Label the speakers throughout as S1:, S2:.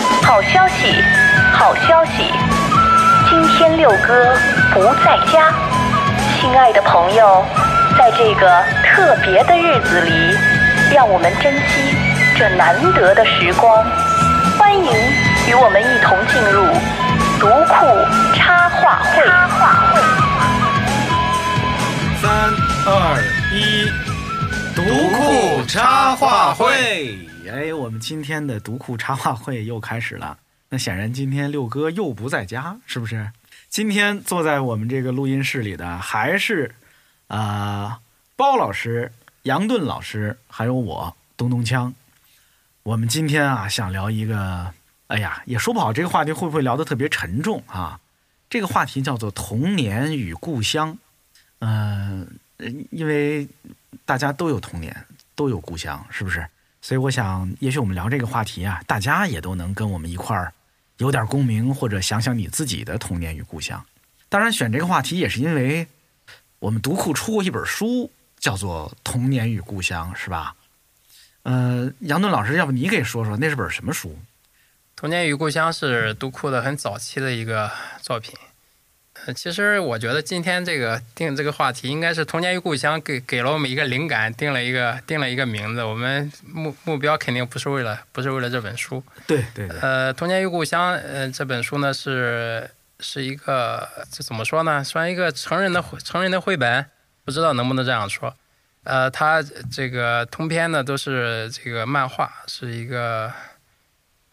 S1: 息，好消息！今天六哥不在家，亲爱的朋友，在这个特别的日子里，让我们珍惜这难得的时光。欢迎与我们一同进入读库插画会。插画会
S2: 三二一，读库插画会。哎，我们今天的读库插画会又开始了。那显然今天六哥又不在家，是不是？今天坐在我们这个录音室里的还是啊、呃包老师、杨盾老师，还有我东东锵。我们今天啊，想聊一个，哎呀，也说不好这个话题会不会聊得特别沉重啊？这个话题叫做童年与故乡。嗯、呃，因为大家都有童年，都有故乡，是不是？所以我想，也许我们聊这个话题啊，大家也都能跟我们一块儿有点共鸣，或者想想你自己的童年与故乡。当然，选这个话题也是因为我们读库出过一本书，叫做《童年与故乡》，是吧？呃，杨顿老师，要不你给说说那是本什么书？
S3: 《童年与故乡》是读库的很早期的一个作品。呃，其实我觉得今天这个定这个话题，应该是《童年与故乡给》给了我们一个灵感，定了一个定了一个名字。我们目目标肯定不是为了不是为了这本书。
S2: 对对对，
S3: 呃，《童年与故乡》呃这本书呢是是一个这怎么说呢？算一个成人的绘成人的绘本，不知道能不能这样说。呃，它这个通篇呢都是这个漫画，是一个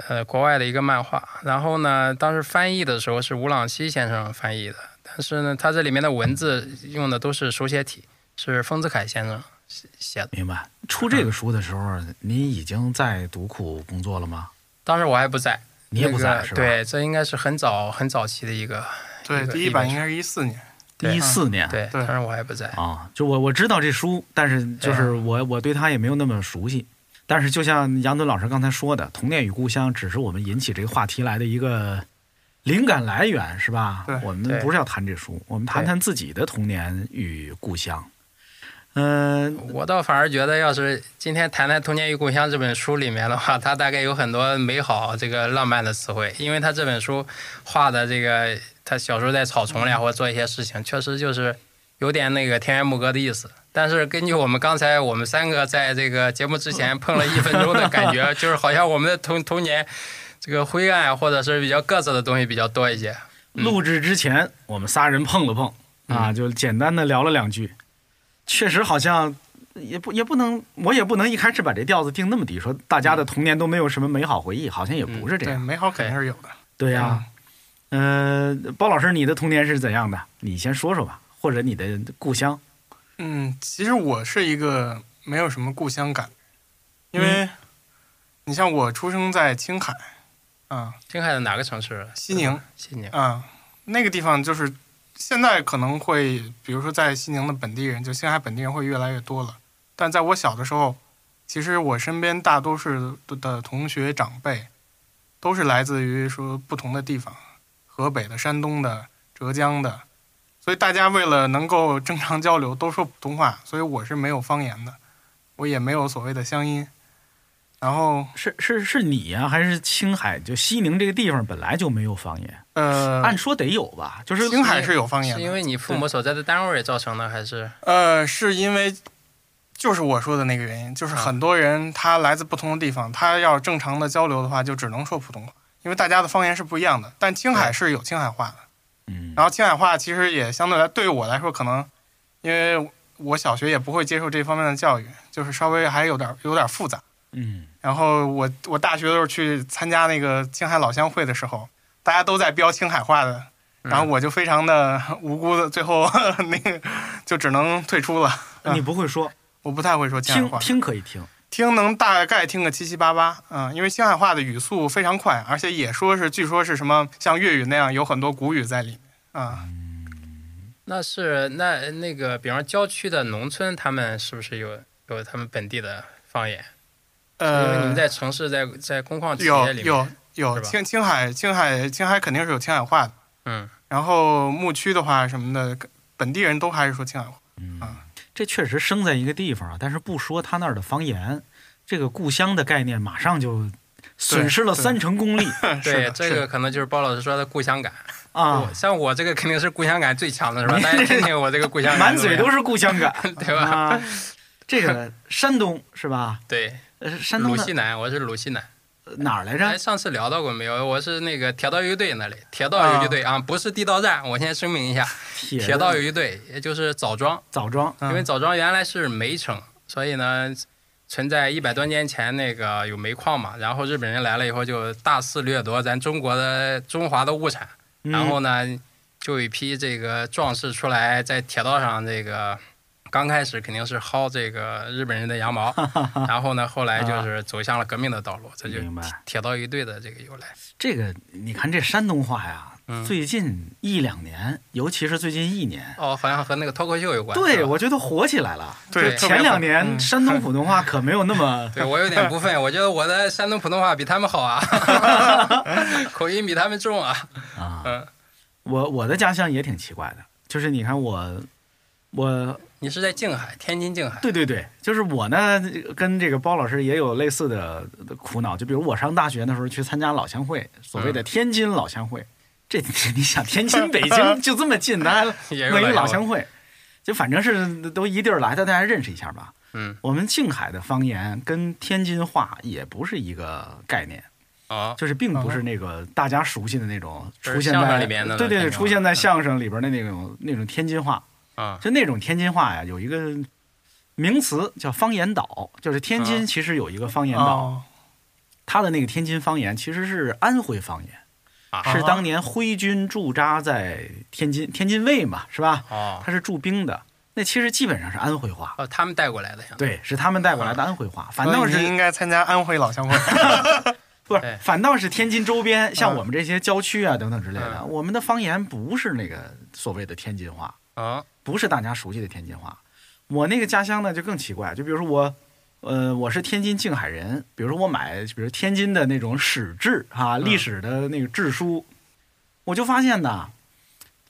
S3: 呃国外的一个漫画。然后呢，当时翻译的时候是吴朗西先生翻译的，但是呢，它这里面的文字用的都是手写体，是丰子恺先生写写的。
S2: 明白。出这个书的时候，您已经在读库工作了吗？
S3: 当时我还不在，
S2: 你也不在
S3: 那个
S2: 是吧
S3: 对，这应该是很早很早期的一个。
S4: 对，
S3: 个
S4: 第一版应该是一四年。
S3: 对嗯
S2: 一四年。
S3: 对，
S4: 对
S3: 当时我还不在。
S2: 啊，就我我知道这书，但是就是
S3: 对啊
S2: 我我对它也没有那么熟悉。但是就像杨敦老师刚才说的，《童年与故乡》只是我们引起这个话题来的一个灵感来源，是吧
S4: 对？
S2: 我们
S3: 对
S2: 不是要谈这书，我们谈
S3: 对
S2: 谈自己的童年与故乡。嗯、
S3: 我倒反而觉得，要是今天谈谈《童年与故乡》这本书里面的话， 它大概有很多美好、这个浪漫的词汇，因为他这本书画的这个，他小时候在草丛里啊或者做一些事情，确实就是有点那个田园牧歌的意思。但是根据我们刚才我们三个在这个节目之前碰了一分钟的感觉，就是好像我们的童童年这个灰暗啊或者是比较各自的东西比较多一些。
S4: 嗯
S2: 录制之前我们仨人碰了碰啊，就简单的聊了两句，确实好像。也不也不能，我也不能一开始把这调子定那么低，说大家的童年都没有什么美好回忆，好像也不是这样
S4: 对，。啊美好肯定是有的。
S2: 对呀、嗯、呃，包老师，你的童年是怎样的？你先说说吧，或者你的故乡。
S4: 嗯，其实我是一个没有什么故乡感，因为你像我出生在青海，啊，
S3: 青海的哪个城市？
S4: 西宁，
S3: 西宁。
S4: 啊，那个地方就是现在可能会，比如说在西宁的本地人，就青海本地人会越来越多了。但在我小的时候，其实我身边大多数的的同学长辈，都是来自于说不同的地方，河北的、山东的、浙江的，所以大家为了能够正常交流，都说普通话，所以我是没有方言的，我也没有所谓的乡音。然后，
S2: 是是是你呀、还是青海？就西宁这个地方本来就没有方言，
S4: 呃，
S2: 按说得有吧？就是
S4: 青海是有方言的，
S3: 是因为你父母所在的单位造成的，还是
S4: 呃，是因为就是我说的那个原因，就是很多人他来自不同的地方，他要正常的交流的话，就只能说普通话，因为大家的方言是不一样的。但青海是有青海话的，
S2: 嗯，
S4: 然后青海话其实也相对来对于我来说，可能因为我小学也不会接受这方面的教育，就是稍微还有点有点复杂。
S2: 嗯，
S4: 然后我我大学的时候去参加那个青海老乡会的时候，大家都在飙青海话的，然后我就非常的无辜的，最后 那个就只能退出了。
S2: 你不会说，
S4: 我不太会说青海
S2: 听
S4: 话，
S2: 听可以听，
S4: 听能大概听个七七八八，嗯，因为青海话的语速非常快，而且也说是据说是什么像粤语那样有很多古语在里面啊、
S3: 那是那那个，比方郊区的农村，他们是不是有有他们本地的方言？嗯因为你
S4: 呃
S3: 们，在城市，在在工矿企
S4: 有
S3: 业里面，
S4: 有
S3: 是
S4: 有
S3: 吧
S4: 青青海青海青海肯定是有青海话的，
S3: 嗯，
S4: 然后牧区的话什么的，本地人都还是说青海话。
S2: 这确实生啊在一个地方，但是不说他那儿的方言，这个故乡的概念马上就损失了三成功 力
S4: 嗯是
S3: 对
S4: 的，
S3: 这
S4: 是的
S3: 个可能就是包老师说的故乡感。
S2: 啊
S3: 我，像我这个肯定是故乡感最强的是吧？大家听听我这个故乡感，
S2: 满嘴都
S3: 是
S2: 是故乡感，
S3: 对吧
S2: 啊这个山东是吧？
S3: 对。
S2: 呃，山东
S3: 鲁
S2: 的
S3: 西南，我是鲁西南。
S2: 哪儿来着
S3: 哎，？上次聊到过没有？我是那个铁道游击队那里，铁道游击队啊，不是地道战。我先声明一下，
S2: 铁
S3: 铁道游击队也就是枣庄，
S2: 枣庄
S4: 嗯
S3: 因为枣庄原来是煤城，所以呢，存在一百多年前那个有煤矿嘛，然后日本人来了以后就大肆掠夺咱中国的中华的物产，
S2: 嗯
S3: 然后呢，就有一批这个壮士出来在铁道上这个。刚开始肯定是薅这个日本人的 羊毛，然后呢，后来就是走向了革命的道路，这就是
S2: 啊明白
S3: 铁道游击队的这个由来。
S2: 这个你看这山东话呀，
S3: 嗯
S2: 最近一两年，尤其是最近一年，
S3: 哦，好像和那个脱口秀有关。是
S2: 对
S3: 吧
S2: 我觉得火起来了。
S4: 对，
S3: 对
S4: 特别
S2: 前两
S4: 火
S2: 年
S4: 嗯
S2: 山东普通话可没有那么
S3: 对我有点不忿，我觉得我的山东普通话比他们好 啊，口音比他们重啊。
S2: 啊。
S3: 嗯，
S2: 我我的家乡也挺奇怪的，就是你看我，我
S3: 你是在静海，天津静海。
S2: 对对对，就是我呢，跟这个包老师也有类似的苦恼。就比如我上大学的时候去参加老乡会，所
S3: 嗯
S2: 谓的天津老乡会，这 你想天 津北京就这么近，咱还
S3: 也有
S2: 弄一老
S3: 老乡
S2: 乡
S3: 会
S2: 会，就反正是都一地儿来的，大家认识一下吧。
S3: 嗯，
S2: 我们静海的方言跟天津话也不是一个概念，
S3: 哦，
S2: 就是并不是那个大家熟悉的那种
S3: 就
S2: 出
S3: 是
S2: 现
S3: 相
S2: 在
S3: 声里边的
S2: 对对
S3: 那
S2: 对，
S3: 种嗯
S2: 出现在相声里边的那种那种天津话。
S3: 啊，
S2: 就那种天津话呀，有一个名词叫方言岛，就是天津
S3: 嗯
S2: 其实有一个方言岛，
S4: 哦，
S2: 它的那个天津方言其实是安徽方言，
S3: 啊
S2: 是当年徽军驻扎在天津，天津卫嘛，是吧？
S3: 哦，
S2: 他是驻兵的，那其实基本上是安徽话，
S3: 哦，他们带过来的，像，
S2: 对，是他们带过来的安徽话，反倒
S4: 那
S2: 是
S4: 哦你应该参加安徽老乡会。
S2: 不是
S3: 哎，
S2: 反倒是天津周边，像我们这些郊区啊等等之类的，
S3: 嗯
S2: 我们的方言不是那个所谓的天津话，
S3: 哦，
S2: 不是大家熟悉的天津话。我那个家乡呢就更奇怪，就比如说我，呃，我是天津静海人，比如说我买，比如天津的那种史志
S3: 嗯
S2: 啊，历史的那个志书，我就发现呢，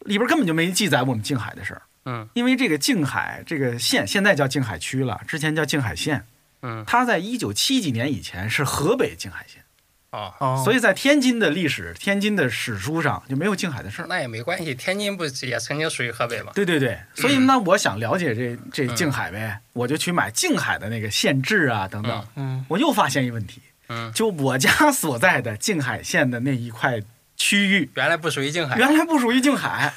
S2: 里边根本就没记载我们静海的事儿，
S3: 嗯
S2: 因为这个静海这个县现在叫静海区了，之前叫静海县，
S3: 嗯，
S2: 它在一九七几年以前是河北静海县，
S3: 哦，
S4: 哦，
S2: 所以在天津的历史、天津的史书上就没有静海的事儿。
S3: 那也没关系，天津不也曾经属于河北吗？
S2: 对对对，嗯所以呢，我想了解这这静海呗，我就去买静海的那个县志啊等等
S3: 嗯。
S4: 嗯，
S2: 我又发现一问题，
S3: 嗯，
S2: 就我家所在的静海县的那一块区域，
S3: 原来不属于静海。
S2: 原来不属于静 海。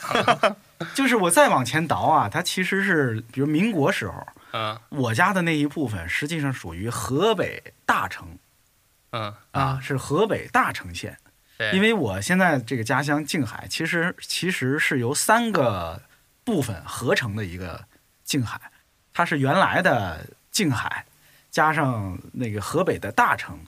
S2: 就是我再往前倒啊，它其实是比如民国时候，
S3: 嗯
S2: 我家的那一部分实际上属于河北大城
S3: 嗯，
S2: 啊，是河北大城县。
S3: 对，
S2: 因为我现在这个家乡静海，其实其实是由三个部分合成的一个静海，它是原来的静海，加上那个河北的大城，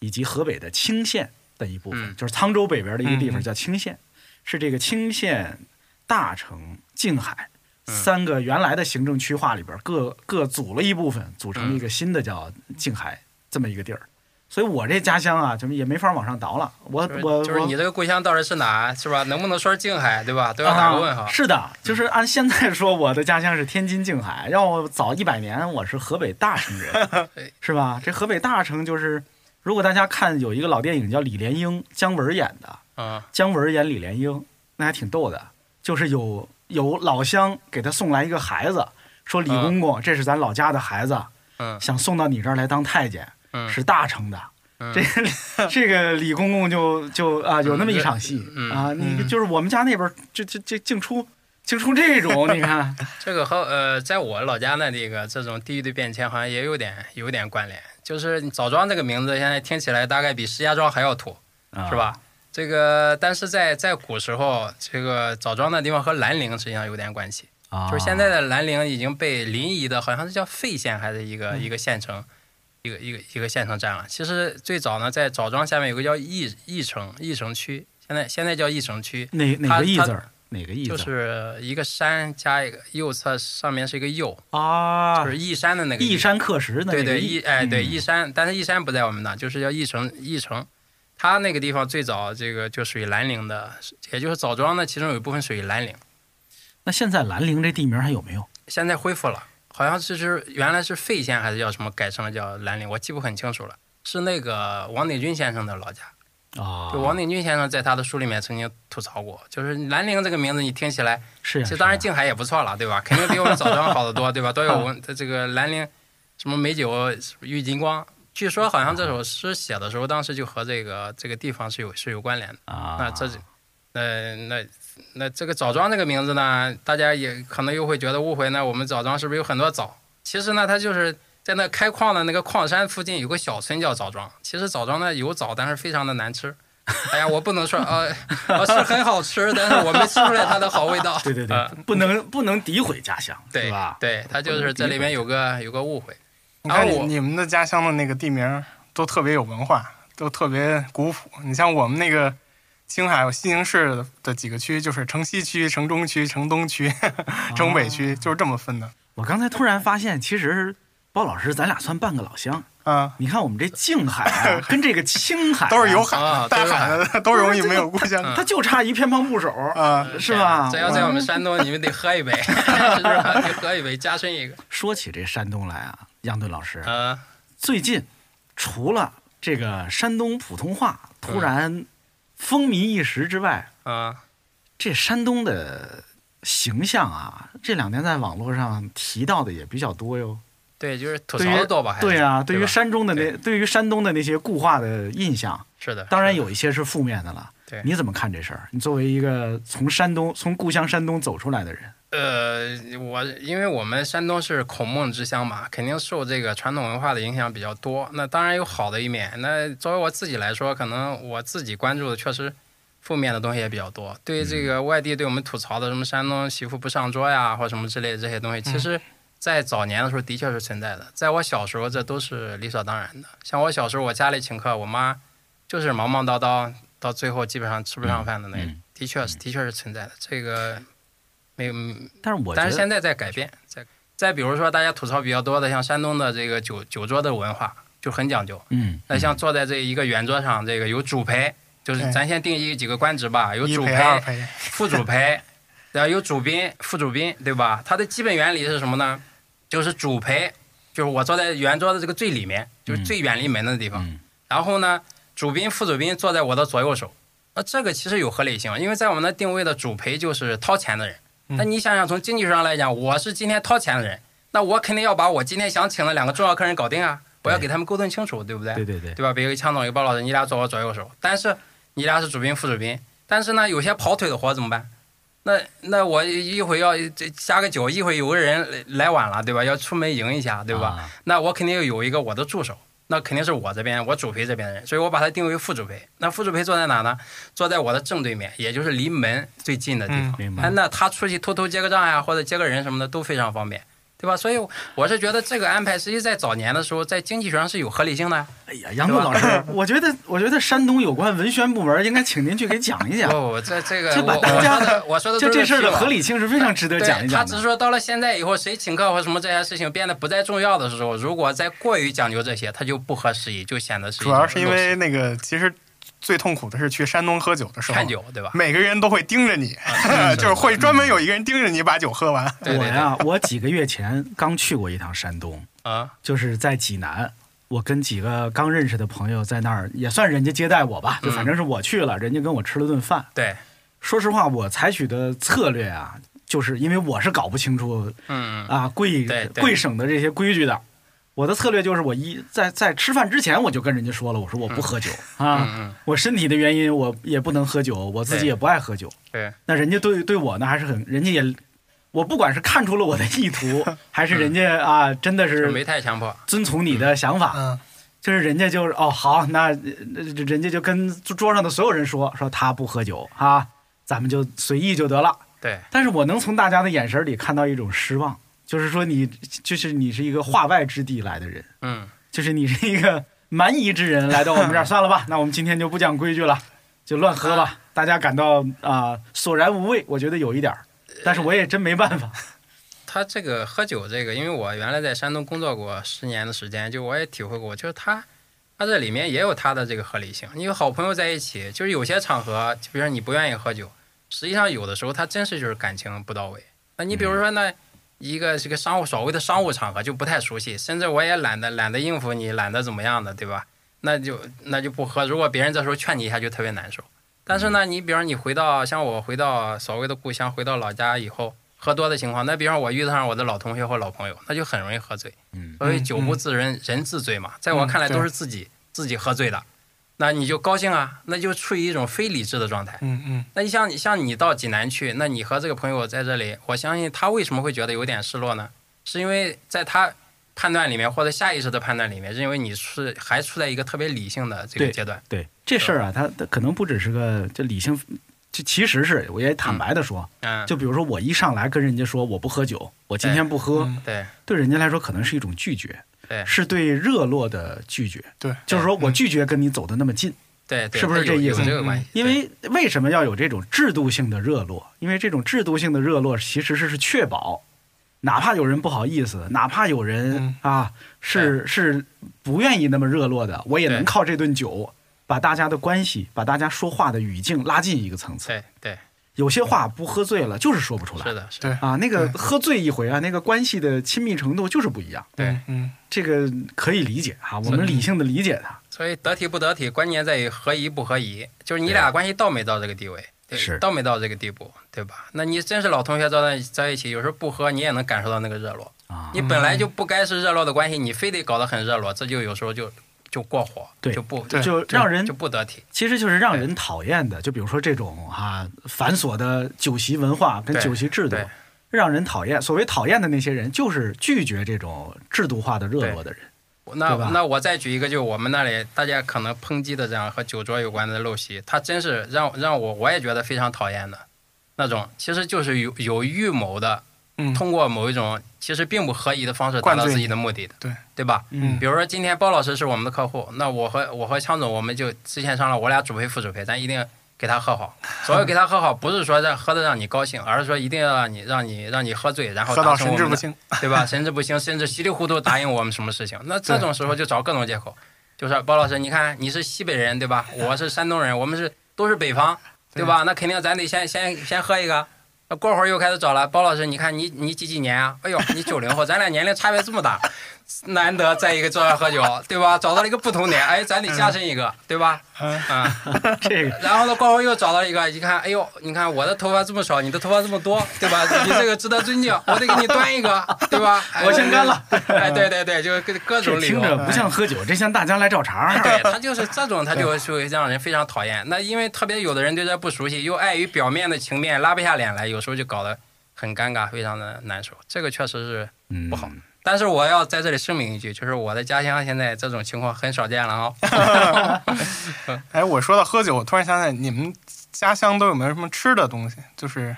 S2: 以及河北的清县的一部分，
S3: 嗯
S2: 就是沧州北边的一个地方
S4: 嗯嗯
S2: 叫清县，是这个清县、大城、静海。
S3: 嗯
S2: 三个原来的行政区划里边各各组了一部分，组成了一个新的叫静海这么一个地儿，所以我这家乡啊，就也没法往上倒了。我
S3: 就是
S2: 我
S3: 就是
S2: 我
S3: 你这个故乡到底是哪，是吧？能不能说是静海，对吧？都要打个问号
S2: 啊。是的，就是按现在说，我的家乡是天津静海，要我早一百年，我是河北大城人
S3: 对，
S2: 是吧？这河北大城就是，如果大家看有一个老电影叫《李莲英》，姜文演的，
S3: 嗯，
S2: 姜文演李莲英，那还挺逗的，就是有有老乡给他送来一个孩子，说李公公，这是咱老家的孩子，
S3: 啊嗯
S2: 想送到你这儿来当太监，
S3: 嗯
S2: 是大成的。
S3: 嗯
S2: 这个 李这个李公公就就啊有那么一场戏
S3: 嗯
S2: 啊，你
S4: 嗯
S2: 就是我们家那边儿这这这净出净出这种，你看
S3: 这个和呃，在我老家那这个这种地域的变迁好像也有点有点关联。就是枣庄这个名字现在听起来大概比石家庄还要土，
S2: 啊
S3: 是？吧？这个，但是在在古时候，这个枣庄那地方和兰陵实际上有点关系，
S2: 啊
S3: 就是现在的兰陵已经被临沂的，好像是叫费县还是一个、
S2: 嗯
S3: 一个县城，一个一个一个县城占了。其实最早呢，在枣庄下面有个叫义义城义城区，现在现在叫义城区，
S2: 哪哪
S3: 他
S2: 个义
S3: 他
S2: 字儿？哪个义字
S3: 就
S2: 儿？
S3: 是一个山加一个右侧上面是一个右，
S2: 啊
S3: 就是，义山的那个
S2: 义山刻石那
S3: 对
S2: 个
S3: 对，
S2: 义
S3: 义哎对
S2: 嗯
S3: 义山，但是义山不在我们那，就是叫义城义城。它那个地方最早这个就属于兰陵的，也就是枣庄呢，其中有一部分属于兰陵。
S2: 那现在兰陵这地名还有没有？
S3: 现在恢复了，好像是是原来是费县还是叫什么改成了叫兰陵，我记不很清楚了。是那个王鼎钧先生的老家。
S2: 啊，
S3: 就王鼎钧先生在他的书里面曾经吐槽过，就是兰陵这个名字你听起来，
S2: 是呀，
S3: 其实
S2: 啊是
S3: 当然
S2: 呀
S3: 静海也不错了，对吧？肯定比我们枣庄好得多，对吧？都 有文这个兰陵什么美酒郁金光。据说好像这首诗写的时候，当时就和这个这个地方是有是有关联的。
S2: 啊，
S3: 那这，呃，那那这个枣庄这个名字呢，大家也可能又会觉得误会呢，我们枣庄是不是有很多枣？其实呢，它就是在那开矿的那个矿山附近有个小村叫枣庄。其实枣庄呢有枣，但是非常的难吃。哎呀，我不能说呃， 呃是很好吃，但是我没吃出来它的好味道。
S2: 对对对
S3: 呃，
S2: 不能不能诋毁家乡，
S3: 对
S2: 是吧？
S3: 对，它就是这里面有个有个误会。
S4: 你看
S3: 啊
S4: 你
S3: 我
S4: 你们的家乡的那个地名都特别有文化，都特别古朴。你像我们那个青海西宁市的几个区，就是城西区、城中区、城东区、 城北区，就是这么分的。
S2: 我刚才突然发现，其实包老师，咱俩算半个老乡。
S4: 啊，
S2: 你看我们这静海 啊，跟这个青海啊
S4: 都是有喊
S3: 啊
S4: 的，大喊的， 都容易没有故乡
S2: 它就差一偏旁部首，
S4: 啊。
S2: 是吧？
S3: 嗯这要在我们山东，你们得 喝一杯，是吧？得喝一杯，加深一个。
S2: 说起这山东来啊，杨顿老师，
S3: 啊、
S2: 最近除了这个山东普通话突然风靡一时之外，
S3: 啊、
S2: 这山东的形象啊，这两天在网络上提到的也比较多哟。
S3: 对，就是吐
S2: 对
S3: 槽
S2: 于
S3: 的多吧？还是
S2: 对啊，对于
S3: 吧
S2: 山中的那
S3: 哎对
S2: 对于山东的那些固化的印象，
S3: 是的，
S2: 当然
S3: 是的
S2: 有一些是负面的了。
S3: 对
S2: 你怎么看这事儿？你作为一个从山东从故乡山东走出来的人，
S3: 呃，我因为我们山东是孔孟之乡嘛，肯定受这个传统文化的影响比较多。那当然有好的一面。那作为我自己来说，可能我自己关注的确实负面的东西也比较多。对
S2: 嗯
S3: 这个外地对我们吐槽的什么山东媳妇不上桌呀，或什么之类的这些东西，其
S2: 嗯
S3: 实，在早年的时候的确是存在的。在我小时候，这都是理所当然的。像我小时候，我家里请客，我妈就是忙忙叨叨，到最后基本上吃不上饭的那种。
S2: 嗯
S3: 的确是，的确是存在的。这个没有。嗯
S2: 但是我觉
S3: 但
S2: 得
S3: 是现在在改变，在再比如说大家吐槽比较多的，像山东的这个酒酒桌的文化就很讲究。
S2: 嗯，
S3: 那像坐在这一个圆桌上，这个有主陪，就是
S4: 对
S3: 咱先定义几个官职吧，有
S4: 一
S3: 主
S4: 陪
S3: 陪、
S4: 二陪，
S3: 副 主陪，然后有主宾、副主宾，对吧？它的基本原理是什么呢？就是主陪，就是我坐在圆桌的这个最里面，
S4: 嗯
S3: 就是最远离门的地方。
S2: 嗯
S3: 然后呢，主宾、副主宾坐在我的左右手。那这个其实有合理性，因为在我们的定位的主陪就是掏钱的人。那你想想，从经济学上来讲，我是今天掏钱的人，那我肯定要把我今天想请的两个重要客人搞定啊，我要给他们沟通清楚，对不对？
S2: 嗯对对对，
S3: 对吧？比如强总、一个包老师，你俩坐我左右手，但是你俩是主宾、副主宾，但是呢，有些跑腿的活怎么办？那那我一会要这下个酒，一会有个人来来晚了，对吧？要出门迎一下，对吧？
S2: 啊
S3: 那我肯定有一个我的助手，那肯定是我这边我主陪这边的人，所以我把他定为副主陪。那副主陪坐在哪呢？坐在我的正对面，也就是离门最近的地方。
S2: 嗯明
S3: 哎
S2: 白，。
S3: 那他出去偷偷接个账呀，或者接个人什么的都非常方便，对吧？所以我是觉得这个安排，实际在早年的时候，在经济学上是有合理性的。
S2: 哎呀，杨栋老师，我觉得我觉得山东有关文宣部门应该请您去给讲一讲，
S3: 不不，这这个
S2: 这把
S3: 我
S2: 大
S3: 我
S2: 家
S3: 说的我说的
S2: 就
S3: 哦都是
S2: 这事儿的
S3: 虚
S2: 合
S3: 妄
S2: 理性是非常值得讲一
S3: 对他
S2: 讲
S3: 只
S2: 的
S3: 是。说到了现在以后，谁请客或什么这些事情变得不再重要的时候，如果再过于讲究这些，他就不合时宜，就显得是一
S4: 主要
S3: 种
S4: 是因
S3: 陋
S4: 为
S3: 习
S4: 那个，其实最痛苦的是去山东喝酒的时候
S3: 看，酒，对吧？
S4: 每个人都会盯着你， 就是会专门有一个人盯着你把酒喝完。
S3: 对
S2: 我
S3: 对对，
S2: 呀，我几个月前刚去过一趟山东，
S3: 啊，
S2: 就是在济南，我跟几个刚认识的朋友在那儿，也算人家接待我吧，就反正
S3: 嗯
S2: 是我去了，人家跟我吃了顿饭。
S3: 对，
S2: 说实话，我采取的策略啊，就是因为我是搞不清楚
S3: 嗯，
S2: 啊贵
S3: 对对
S2: 贵省的这些规矩的。我的策略就是，我一在在吃饭之前我就跟人家说了，我说我不喝酒、啊，
S3: 嗯嗯，
S2: 我身体的原因我也不能喝酒，我自己
S3: 对
S2: 也不爱喝酒。
S3: 对，
S2: 那人家对对我呢还是很，人家也，我不管是看出了我的意 图，还是人家啊真的
S3: 嗯就是没太强迫，
S2: 遵从你的想法，
S4: 嗯，
S2: 就是人家就是哦好，那呃人家就跟桌上的所有人说说他不喝酒啊，咱们就随意就得了。
S3: 对，
S2: 但是我能从大家的眼神里看到一种失望，就是说你就是你是一个化外之地来的人，
S3: 嗯，
S2: 就是你是一个蛮夷之人来到我们这 儿，算了吧，那我们今天就不讲规矩了，就乱喝吧。大家感到啊、索然无味，我觉得有一点儿，但是我也真没办 法。
S3: 他这个喝酒这个，因为我原来在山东工作过十年的时间，就我也体会过，就是他，他这里面也有他的这个合理性。你有好朋友在一起，就是有些场合，就比如说你不愿意喝酒，实际上有的时候他真是就是感情不到位。那你比如说呢，一个这个商务所谓的商务场合就不太熟悉，甚至我也懒得懒得应付你，懒得怎么样的，对吧？那就那就不喝。如果别人这时候劝你一下，就特别难受。但是呢，你比方你回到像我回到所谓的故乡，回到老家以后，喝多的情况，那比方我遇上我的老同学或老朋友，那就很容易喝醉。
S2: 嗯
S3: 所以酒不自人，人自醉嘛。在我看来，都是自己、自己喝醉了，那你就高兴啊，那就处于一种非理智的状态。
S4: 嗯嗯
S3: 那你像你像你到济南去，那你和这个朋友在这里，我相信他为什么会觉得有点失落呢？是因为在他判断里面或者下意识的判断里面，认为你是还处在一个特别理性的这个阶段。
S2: 对这事儿啊，它它可能不只是个这理性，这其实是我也坦白的说，
S3: 嗯，
S2: 就比如说我一上来跟人家说我不喝酒，我今天不喝，
S4: 嗯
S3: 对
S2: 对人家来说可能是一种拒绝，
S3: 对
S2: 是对热络的拒绝，
S4: 对，
S2: 就是说我拒绝跟你走的那么近，
S3: 对对，
S2: 是不是
S3: 有
S2: 这意思嗯
S3: 有这个关系？
S2: 因
S3: 对
S2: 为为什么要有这种制度性的热络？因为这种制度性的热络其实是是确保，哪怕有人不好意思，哪怕有人
S4: 嗯
S2: 啊是是不愿意那么热络的，我也能
S3: 对
S2: 靠这顿酒把大家的关系、把大家说话的语境拉近一个层次。
S3: 对对，
S2: 有些话不喝醉了就是说不出
S3: 是
S2: 来
S3: 的，是的，
S4: 对
S2: 啊，那个
S4: 对
S2: 喝醉一回啊，那个关系的亲密程度就是不一样。
S3: 对
S4: 嗯。嗯
S2: 这个可以理解啊，我们理性的理解它。
S3: 所以得体不得体，关键在于合宜不合宜，就是你俩关系到没到这个地位，对
S2: 是
S3: 到没到这个地步，对吧？那你真是老同学在那在一起，有时候不喝你也能感受到那个热络
S2: 啊
S3: 你本来就不该是热络的关系，你非得搞得很热络，这就有时候就就过火，
S2: 对
S3: 就不
S4: 对
S2: 就让人
S3: 就不得体，
S2: 其实就是让人讨厌的，就比如说这种啊繁琐的酒席文化跟
S3: 对
S2: 酒席制度
S3: 对，
S2: 让人讨厌。所谓讨厌的那些人，就是拒绝这种制度化的热络的人。
S3: 那
S2: 对吧
S3: 那我再举一个，就我们那里大家可能抨击的这样和酒桌有关的陋习，它真是让让我我也觉得非常讨厌的那种，其实就是有有预谋的，
S4: 嗯
S3: 通过某一种其实并不合宜的方式达
S4: 灌
S3: 到
S4: 醉
S3: 自己
S4: 你
S3: 的目的的，
S4: 对
S3: 对吧？
S4: 嗯
S3: 比如说今天包老师是我们的客户，那我和我和枪总我们就之前商量，我俩主陪副主陪，咱一定给他喝 好。所谓给他喝好，不是说让喝的让你高兴，而是说一定要让你让你让你喝醉，然后
S4: 喝
S3: 达
S4: 到
S3: 成
S4: 神
S3: 我
S4: 志
S3: 们
S4: 不
S3: 的
S4: 清，
S3: 对吧？神志不清，甚至稀里糊涂答应我们什么事情，那这种时候就找各种借口，就说包老师，你看你是西北人对吧？我是山东人，我们是都是北方对吧？那肯定咱得先先先喝一个。那过会儿又开始找了，包老师，你看你你几几年啊？哎呦，你九零后，咱俩年龄差别这么大，难得在一个桌上喝酒，对吧？找到了一个不同点，哎，咱得加深一个，对吧？
S4: 嗯
S3: 啊、
S2: 这 个
S3: 然后呢，过会儿又找到一个，一看，哎呦，你看我的头发这么少，你的头发这么多，对吧？你这个值得尊敬，我得给你端一个，对吧？哎
S2: 我先干了。
S3: 哎，对对对，就是各各
S2: 这
S3: 种理由哎
S2: 听。着不像喝酒，这像大家来找茬 儿。
S3: 对他就是这种，他就就会让人非常讨厌。那因为特别有的人对这不熟悉，又碍于表面的情面，拉不下脸来，有时候就搞得很尴尬，非常的难受。这个确实是
S2: 嗯
S3: 不好。但是我要在这里声明一句，就是我的家乡现在这种情况很少见了啊、
S4: 哎，我说到喝酒，我突然想起来，你们家乡都有没有什么吃的东西？就是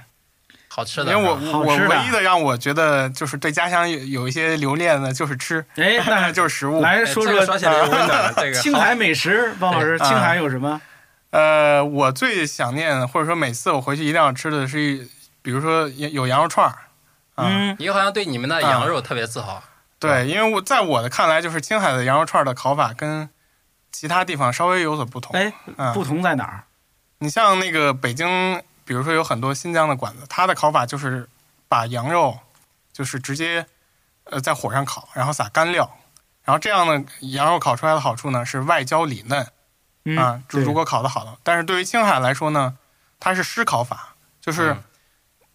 S3: 好吃
S4: 因
S3: 的，啊
S4: 为我
S3: 是吧
S4: 我
S2: 好
S4: 我
S2: 吃的
S4: 唯一的让我觉得就是对家乡有有一些留恋的，就是吃，
S2: 哎，那
S4: 就是食物。
S2: 来
S3: 哎
S2: 说
S3: 这个说
S2: 说
S3: 起来有温暖了， 这个啊
S2: 青海美食，包老师，
S4: 对
S2: 青海有什么？
S4: 呃，我最想念或者说每次我回去一定要吃的是一，比如说有羊肉串儿，啊、
S2: 嗯，
S3: 你好像对你们的羊肉特别自
S2: 啊
S3: 豪。
S4: 对，因为我在我的看来，就是青海的羊肉串儿的烤法跟其他地方稍微有所不同。
S2: 哎，
S3: 啊
S4: 嗯
S2: 不同在哪儿？
S4: 你像那个北京，比如说有很多新疆的馆子，它的烤法就是把羊肉就是直接呃在火上烤，然后撒干料，然后这样呢，羊肉烤出来的好处呢是外焦里嫩
S2: 嗯
S4: 啊，就
S2: 对
S4: 如果烤的好的。但是对于青海来说呢，它是湿烤法，就是
S3: 嗯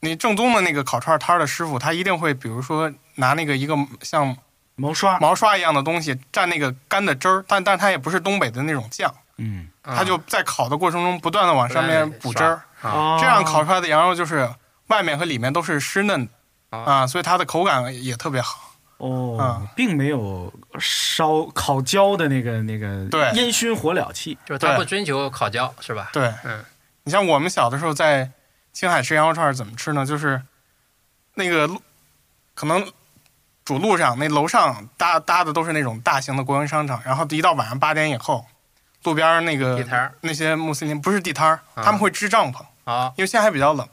S4: 你正宗的那个烤串摊儿的师傅，他一定会比如说拿那个一个像
S2: 毛刷，
S4: 毛刷一样的东西蘸那个干的汁儿，但但它也不是东北的那种酱，
S2: 嗯，
S4: 它就在烤的过程中不断的往上面补汁儿。
S3: 啊
S4: 这样烤出来的羊肉就是外面和里面都是湿嫩的
S3: 啊
S4: 啊，所以它的口感也特别好。
S2: 哦
S4: 啊，
S2: 并没有烧烤焦的那个那个
S4: 对
S2: 烟熏火燎气，
S3: 就是他
S4: 对
S3: 不追求烤焦是吧？
S4: 对
S3: 嗯，
S4: 你像我们小的时候在青海吃羊肉串儿怎么吃呢？就是那个路可能主路上那楼上搭搭的都是那种大型的国营商场，然后一到晚上八点以后，路边儿那个
S3: 地摊儿
S4: 那些穆斯林不是地摊儿，
S3: 啊
S4: 他们会支帐篷，
S3: 好，
S4: 因为现在还比较冷，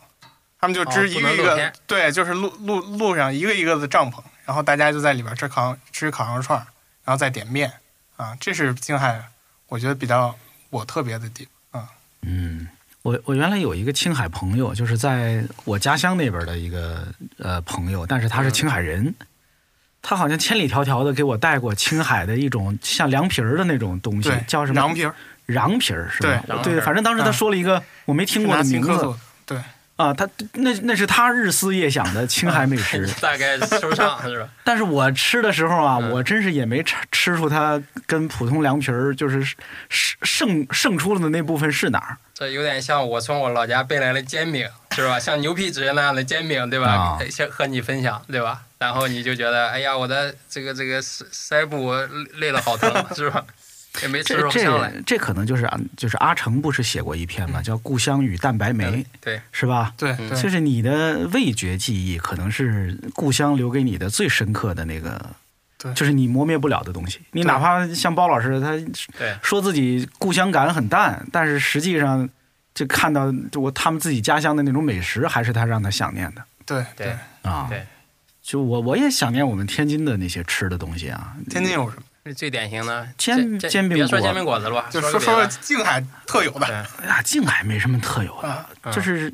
S4: 他们就
S3: 哦
S4: 支一
S3: 不
S4: 个
S3: 能
S4: 一
S3: 露
S4: 个
S3: 天
S4: 对，就是路路路上一个一个的帐篷，然后大家就在里边吃烤吃烤羊肉串儿，然后再点面啊，这是青海我觉得比较我特别的地方。
S2: 嗯，我我原来有一个青海朋友，
S4: 嗯
S2: 就是在我家乡那边的一个呃朋友，但是他是青海人，他好像千里迢迢的给我带过青海的一种像凉皮儿的那种东西
S4: 对，，
S2: 叫什么？
S4: 瓤皮儿，
S2: 瓤皮儿是吧？
S3: 对瓤皮
S2: 对，
S3: 儿
S2: 反正当时他
S4: 嗯
S2: 说了一个我没听过
S4: 拿
S2: 的
S4: 青
S2: 名
S4: 稞做
S2: 字
S4: 的，对，
S2: 啊，他那那是他日思夜想的青海美
S4: 嗯
S2: 食，
S3: 大概说不上是吧？
S2: 但是我吃的时候啊，
S3: 嗯
S2: 我真是也没吃吃出它跟普通凉皮儿就是胜胜胜出了的那部分是哪儿。
S3: 这有点像我从我老家背来的煎饼，是吧？像牛皮纸那样的煎饼，对吧哎
S2: 啊？
S3: 先、和你分享，对吧？然后你就觉得，哎呀，我的这个这个腮腮部累得好疼，是吧？也没吃
S2: 这
S3: 出上来。
S2: 这这可能就是啊就是阿成不是写过一篇嘛，叫《故乡与蛋白酶》，
S3: 对，
S2: 是吧？
S4: 对
S3: 嗯
S2: 就
S4: 对，
S2: 是你的味觉记忆，可能是故乡留给你的最深刻的那个，
S4: 对
S2: 就是你磨灭不了的东西。你
S4: 对
S2: 哪怕像包老师，他
S3: 对
S2: 说自己故乡感很淡，但是实际上就看到就我他们自己家乡的那种美食，还是他让他想念的。
S4: 对
S3: 对，
S2: 啊，
S3: 对，
S2: 就我我也想念我们天津的那些吃的东西啊，
S4: 天津有什么？
S3: 最典型的
S2: 煎
S3: 这这
S2: 煎饼
S3: 别说
S2: 果
S3: 煎饼果子了吧，
S4: 就
S3: 说
S4: 说
S3: 个别
S4: 说
S3: 的
S4: 静海特有的，
S2: 哎呀，静海没什么特有的
S4: 啊，
S2: 就是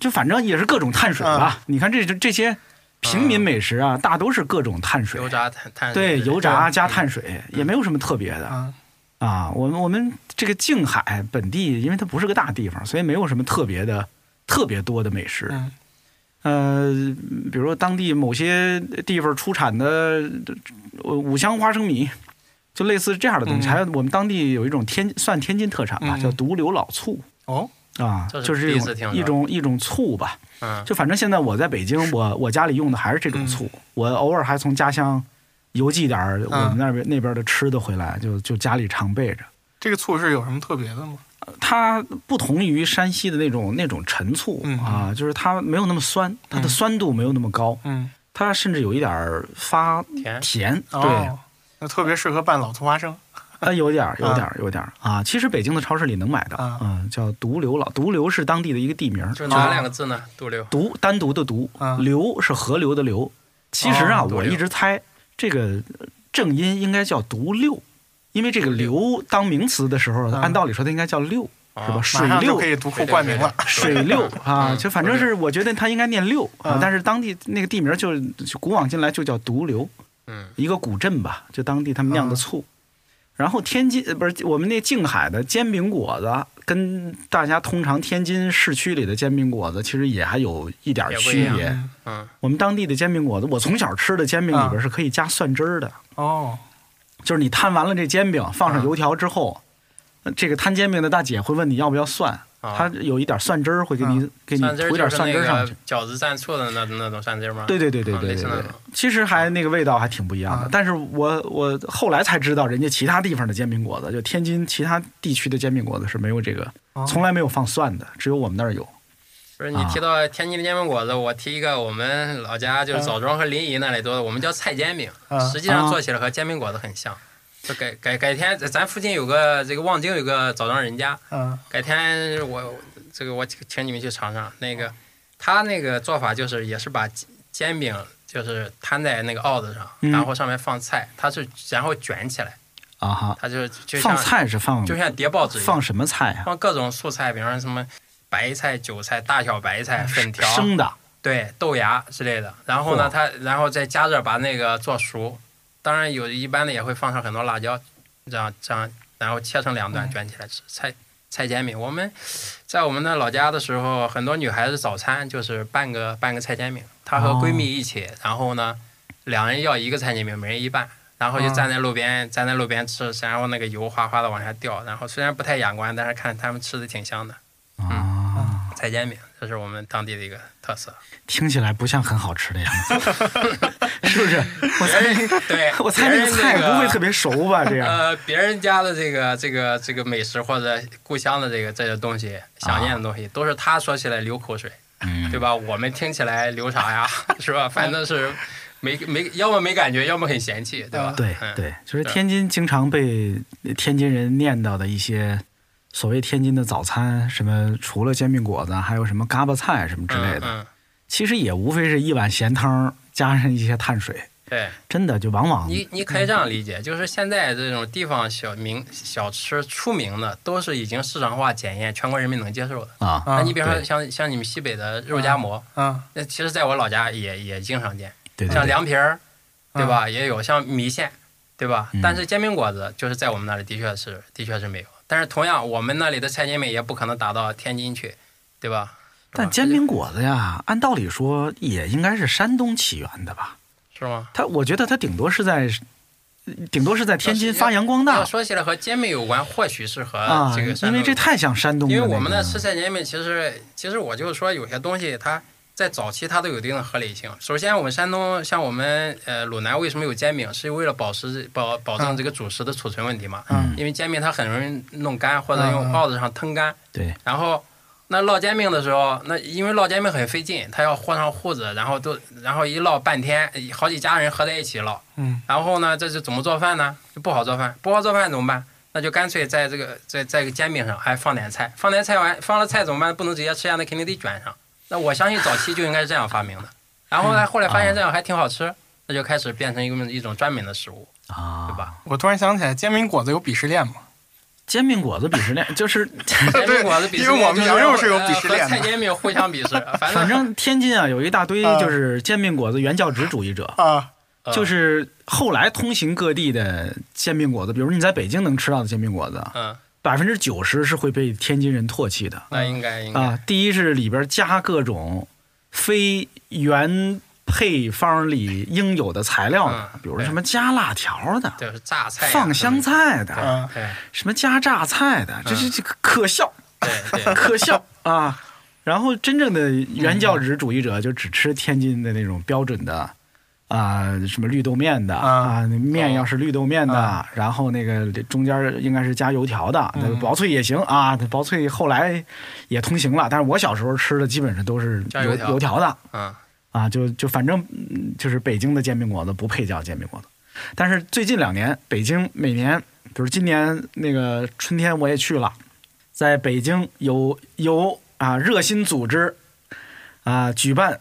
S2: 就反正也是各种碳水吧。你看这这这些平民美食啊，大都是各种碳水
S3: 油，炸碳碳
S2: 对，
S3: 水
S2: 油炸嗯加碳水，也没有什么特别的
S4: 啊，
S2: 啊。我们我们这个静海本地，因为它不是个大地方，所以没有什么特别的特别多的美食。
S4: 嗯，
S2: 呃，比如说当地某些地方出产的呃五香花生米，就类似这样的东西。
S4: 嗯
S2: 还有我们当地有一种天算天津特产吧，
S4: 嗯
S2: 叫独流老醋
S4: 哦，
S2: 啊，
S3: 这是
S2: 就是
S3: 第
S2: 一
S3: 一次听
S2: 种
S3: 说
S2: 一种一种醋吧。
S3: 嗯，
S2: 就反正现在我在北京，我我家里用的还是这种醋，我偶尔还从家乡邮寄点儿我们那边、那边的吃的回来，就就家里常备着。
S4: 这个醋是有什么特别的吗？
S2: 它不同于山西的那种那种陈醋、
S4: 嗯
S2: 啊，就是它没有那么酸，它的
S4: 嗯
S2: 酸度没有那么高。
S4: 嗯，
S2: 它甚至有一点儿发
S3: 甜
S2: 甜，对
S4: 哦，，那特别适合拌老醋花生，
S2: 它有点儿，有点儿，有点儿啊。其实北京的超市里能买到
S4: 啊，
S2: 嗯，叫毒瘤老，毒瘤是当地的一个地名儿，
S3: 就是哪两个字
S2: 啊
S3: 呢？毒瘤。
S2: 毒单独的毒
S4: 啊，
S2: 瘤是河流的流。其实啊，
S3: 哦毒
S2: 我
S3: 瘤
S2: 一直猜这个正音应该叫毒六，因为这个瘤当名词的时候，
S4: 啊哦
S2: 按道理说它应该叫六，
S3: 啊
S2: 是吧？水
S4: 马上就
S2: 六
S4: 可。以独库冠名了。
S2: 水 六啊，
S3: 嗯
S2: 就反正是我觉得它应该念六啊
S4: 啊，
S2: 但是当地那个地名就就古往今来就叫毒瘤，
S3: 嗯，
S2: 一个古镇吧，就当地他们酿的醋。然后天津呃不是我们那静海的煎饼果子，跟大家通常天津市区里的煎饼果子其实也还有一点儿
S3: 也不一
S2: 区
S3: 样
S2: 别。
S4: 嗯
S3: 嗯，
S2: 我们当地的煎饼果子，我从小吃的煎饼里边是可以加蒜汁儿的，
S4: 哦，
S2: 就是你摊完了这煎饼，放
S3: 嗯
S2: 上油条之后，呃这个摊煎饼的大姐会问你要不要蒜，
S3: 啊嗯
S2: 她有一点蒜汁儿会给你、
S4: 啊
S2: 给你
S3: 蒜汁儿
S2: 涂一点
S3: 就是
S2: 蒜
S3: 那
S2: 汁儿上
S3: 个
S2: 去。
S3: 饺子蘸醋的那那种蒜汁儿吗？
S2: 对对对对
S3: 啊嗯
S2: 对
S3: 类
S2: 对
S3: 似那
S2: 对
S3: 种，
S2: 其实还那个味道还挺不一样的
S4: 啊。
S2: 但是我我后来才知道，人家其他地方的煎饼果子，就天津其他地区的煎饼果子是没有这个，
S4: 哦
S2: 从来没有放蒜的，只有我们那儿有。
S3: 不是你提到天津的煎饼果子，我提一个我们老家就是枣庄和临沂那里做的，我们叫菜煎饼，
S2: 啊
S4: 嗯
S3: 实际上做起来和煎饼果子很像。就改改改天，咱附近有个这个望京有个枣庄人家，
S4: 嗯
S3: 改天我这个我请你们去尝尝那个，他那个做法就是也是把煎煎饼就是摊在那个鏊子上，
S2: 嗯
S3: 然后上面放菜，它是然后卷起来，
S2: 啊哈，
S3: 它就是就
S2: 放
S3: 像
S2: 菜是放
S3: 就像叠报纸一样，
S2: 放什么菜啊？
S3: 放各种素菜，比方说什么白菜、韭菜、大小白菜、粉条、
S2: 嗯生的
S3: 对豆芽之类的。然后呢，
S2: 嚯
S3: 它然后再加热把那个做熟。当然有一般的也会放上很多辣椒，这样这样，然后切成两段
S2: 嗯
S3: 卷起来吃。菜菜煎饼，我们在我们的老家的时候，很多女孩子早餐就是半个半个菜煎饼，她和
S2: 哦
S3: 闺蜜一起，然后呢，两人要一个菜煎饼，每人一半。然后就
S4: 哦
S3: 站在路边，站在路边吃，然后那个油哗哗的往下掉，然后虽然不太雅观，但是看他们吃的挺香的。
S2: 啊，
S3: 菜煎饼，这是我们当地的一个特色。
S2: 听起来不像很好吃的样子， 是不是？我猜，
S3: 哎对
S2: 我猜那个菜不会特
S3: 别。
S2: 别熟吧？这样
S3: 呃，别人家的这个这个这个美食或者故乡的这个这些东西，想念的东西，都是他说起来流口水，
S2: 嗯
S3: 对吧？我们听起来流啥呀？ 是吧？反正是没没，要么没感觉，要么很嫌弃，对吧？
S2: 哦对
S3: 嗯，
S2: 对，就是天津经常被天津人念叨的一些所谓天津的早餐，什么除了煎饼果子，还有什么嘎巴菜什么之类的，
S3: 嗯，嗯
S2: 其实也无非是一碗咸汤加上一些碳水，
S3: 对。
S2: 真的就往往
S3: 你你可以这样理解，就是现在这种地方小名小吃出名的，都是已经市场化检验，全国人民能接受的。
S2: 啊
S4: 啊
S3: 那你比方说
S2: 对啊
S3: 像像你们西北的肉夹馍，
S4: 嗯
S3: 那其实在我老家也也经常见，
S2: 对对
S3: 像
S2: 对
S3: 凉皮儿，对吧？也有像米线，对吧？
S2: 嗯
S3: 但是煎饼果子就是在我们那里的确是的确是没有。但是同样，我们那里的菜煎饼也不可能打到天津去，对吧？
S2: 但煎饼果子呀，按道理说也应该是山东起源的吧？
S3: 是吗？
S2: 它，我觉得它顶多是在，顶多是在天津发扬光
S3: 要
S2: 大
S3: 说起来和煎饼有关，或许是和
S2: 啊，
S3: 这个山
S2: 因为
S3: 东
S2: 这太像山东的
S3: 因
S2: 那
S3: 为
S2: 个了。
S3: 我们那吃菜煎饼，其实其实我就是说，有些东西它在早期它都有一定的合理性。首先，我们山东像我们呃鲁南为什么有煎饼，是为了保持保保证这个主食的储存问题嘛？
S2: 嗯
S3: 因为煎饼它很容易弄干，或者用
S4: 嗯嗯
S3: 鏊子上腾干。
S2: 对，
S3: 然后那烙煎饼的时候，那因为烙煎饼很费劲，它要和上糊子，然后都然后一烙半天，好几家人合在一起烙。
S4: 嗯，
S3: 然后呢，这是怎么做饭呢？就不好做饭，不好做饭怎么办？那就干脆在这个在在这个煎饼上还放点菜，放点菜完放了菜怎么办？不能直接吃呀，那肯定得卷上。那我相信早期就应该是这样发明的。然
S4: 嗯
S3: 后呢，后来发现这
S4: 啊
S3: 样还挺好吃，那就开始变成一个一种专门的食物，
S2: 啊，
S3: 对？吧？
S4: 我突然想起来，煎饼果子有鄙视链嘛？
S2: 煎饼果子鄙视链 就是，
S3: 煎饼果子鄙
S4: 因
S3: 视链
S4: 为我们羊肉是有鄙视链的
S3: 呃和菜煎饼互相鄙 视，反
S2: 反
S3: 正
S2: 正天津啊有一大堆就是煎饼果子原教旨主义者，
S4: 啊，
S3: 呃
S2: 就是后来通行各地的煎饼果子，比如你在北京能吃到的煎饼果子，
S3: 嗯，
S2: 百分之九十是会被天津人唾弃的
S3: 那应该应该
S2: 啊。第一是里边加各种非原配方里应有的材料的
S3: 嗯，
S2: 比如说什么加辣条的、
S3: 就是榨菜呀啊
S2: 放香，菜
S3: 对
S2: 的、
S4: 嗯
S3: 对
S2: 什么加榨菜的，这这这可可笑
S3: 对 对，
S2: 可笑 啊！然后真正的原教旨主义者就只吃天津的那种标准的。啊、什么绿豆面的
S4: 啊
S2: 那面
S3: 哦
S2: 要是绿豆面的，
S4: 啊
S2: 然后那个中间应该是加油条的，那
S4: 嗯
S2: 薄脆也行啊。那薄脆后来也通行了，但是我小时候吃的基本上都是
S3: 加
S2: 油
S3: 油条
S2: 油条的
S3: 嗯
S2: 啊，就就反正嗯就是北京的煎饼果子不配叫煎饼果子。但是最近两年，北京每年，比如今年那个春天我也去了，在北京有有啊热心组织啊举办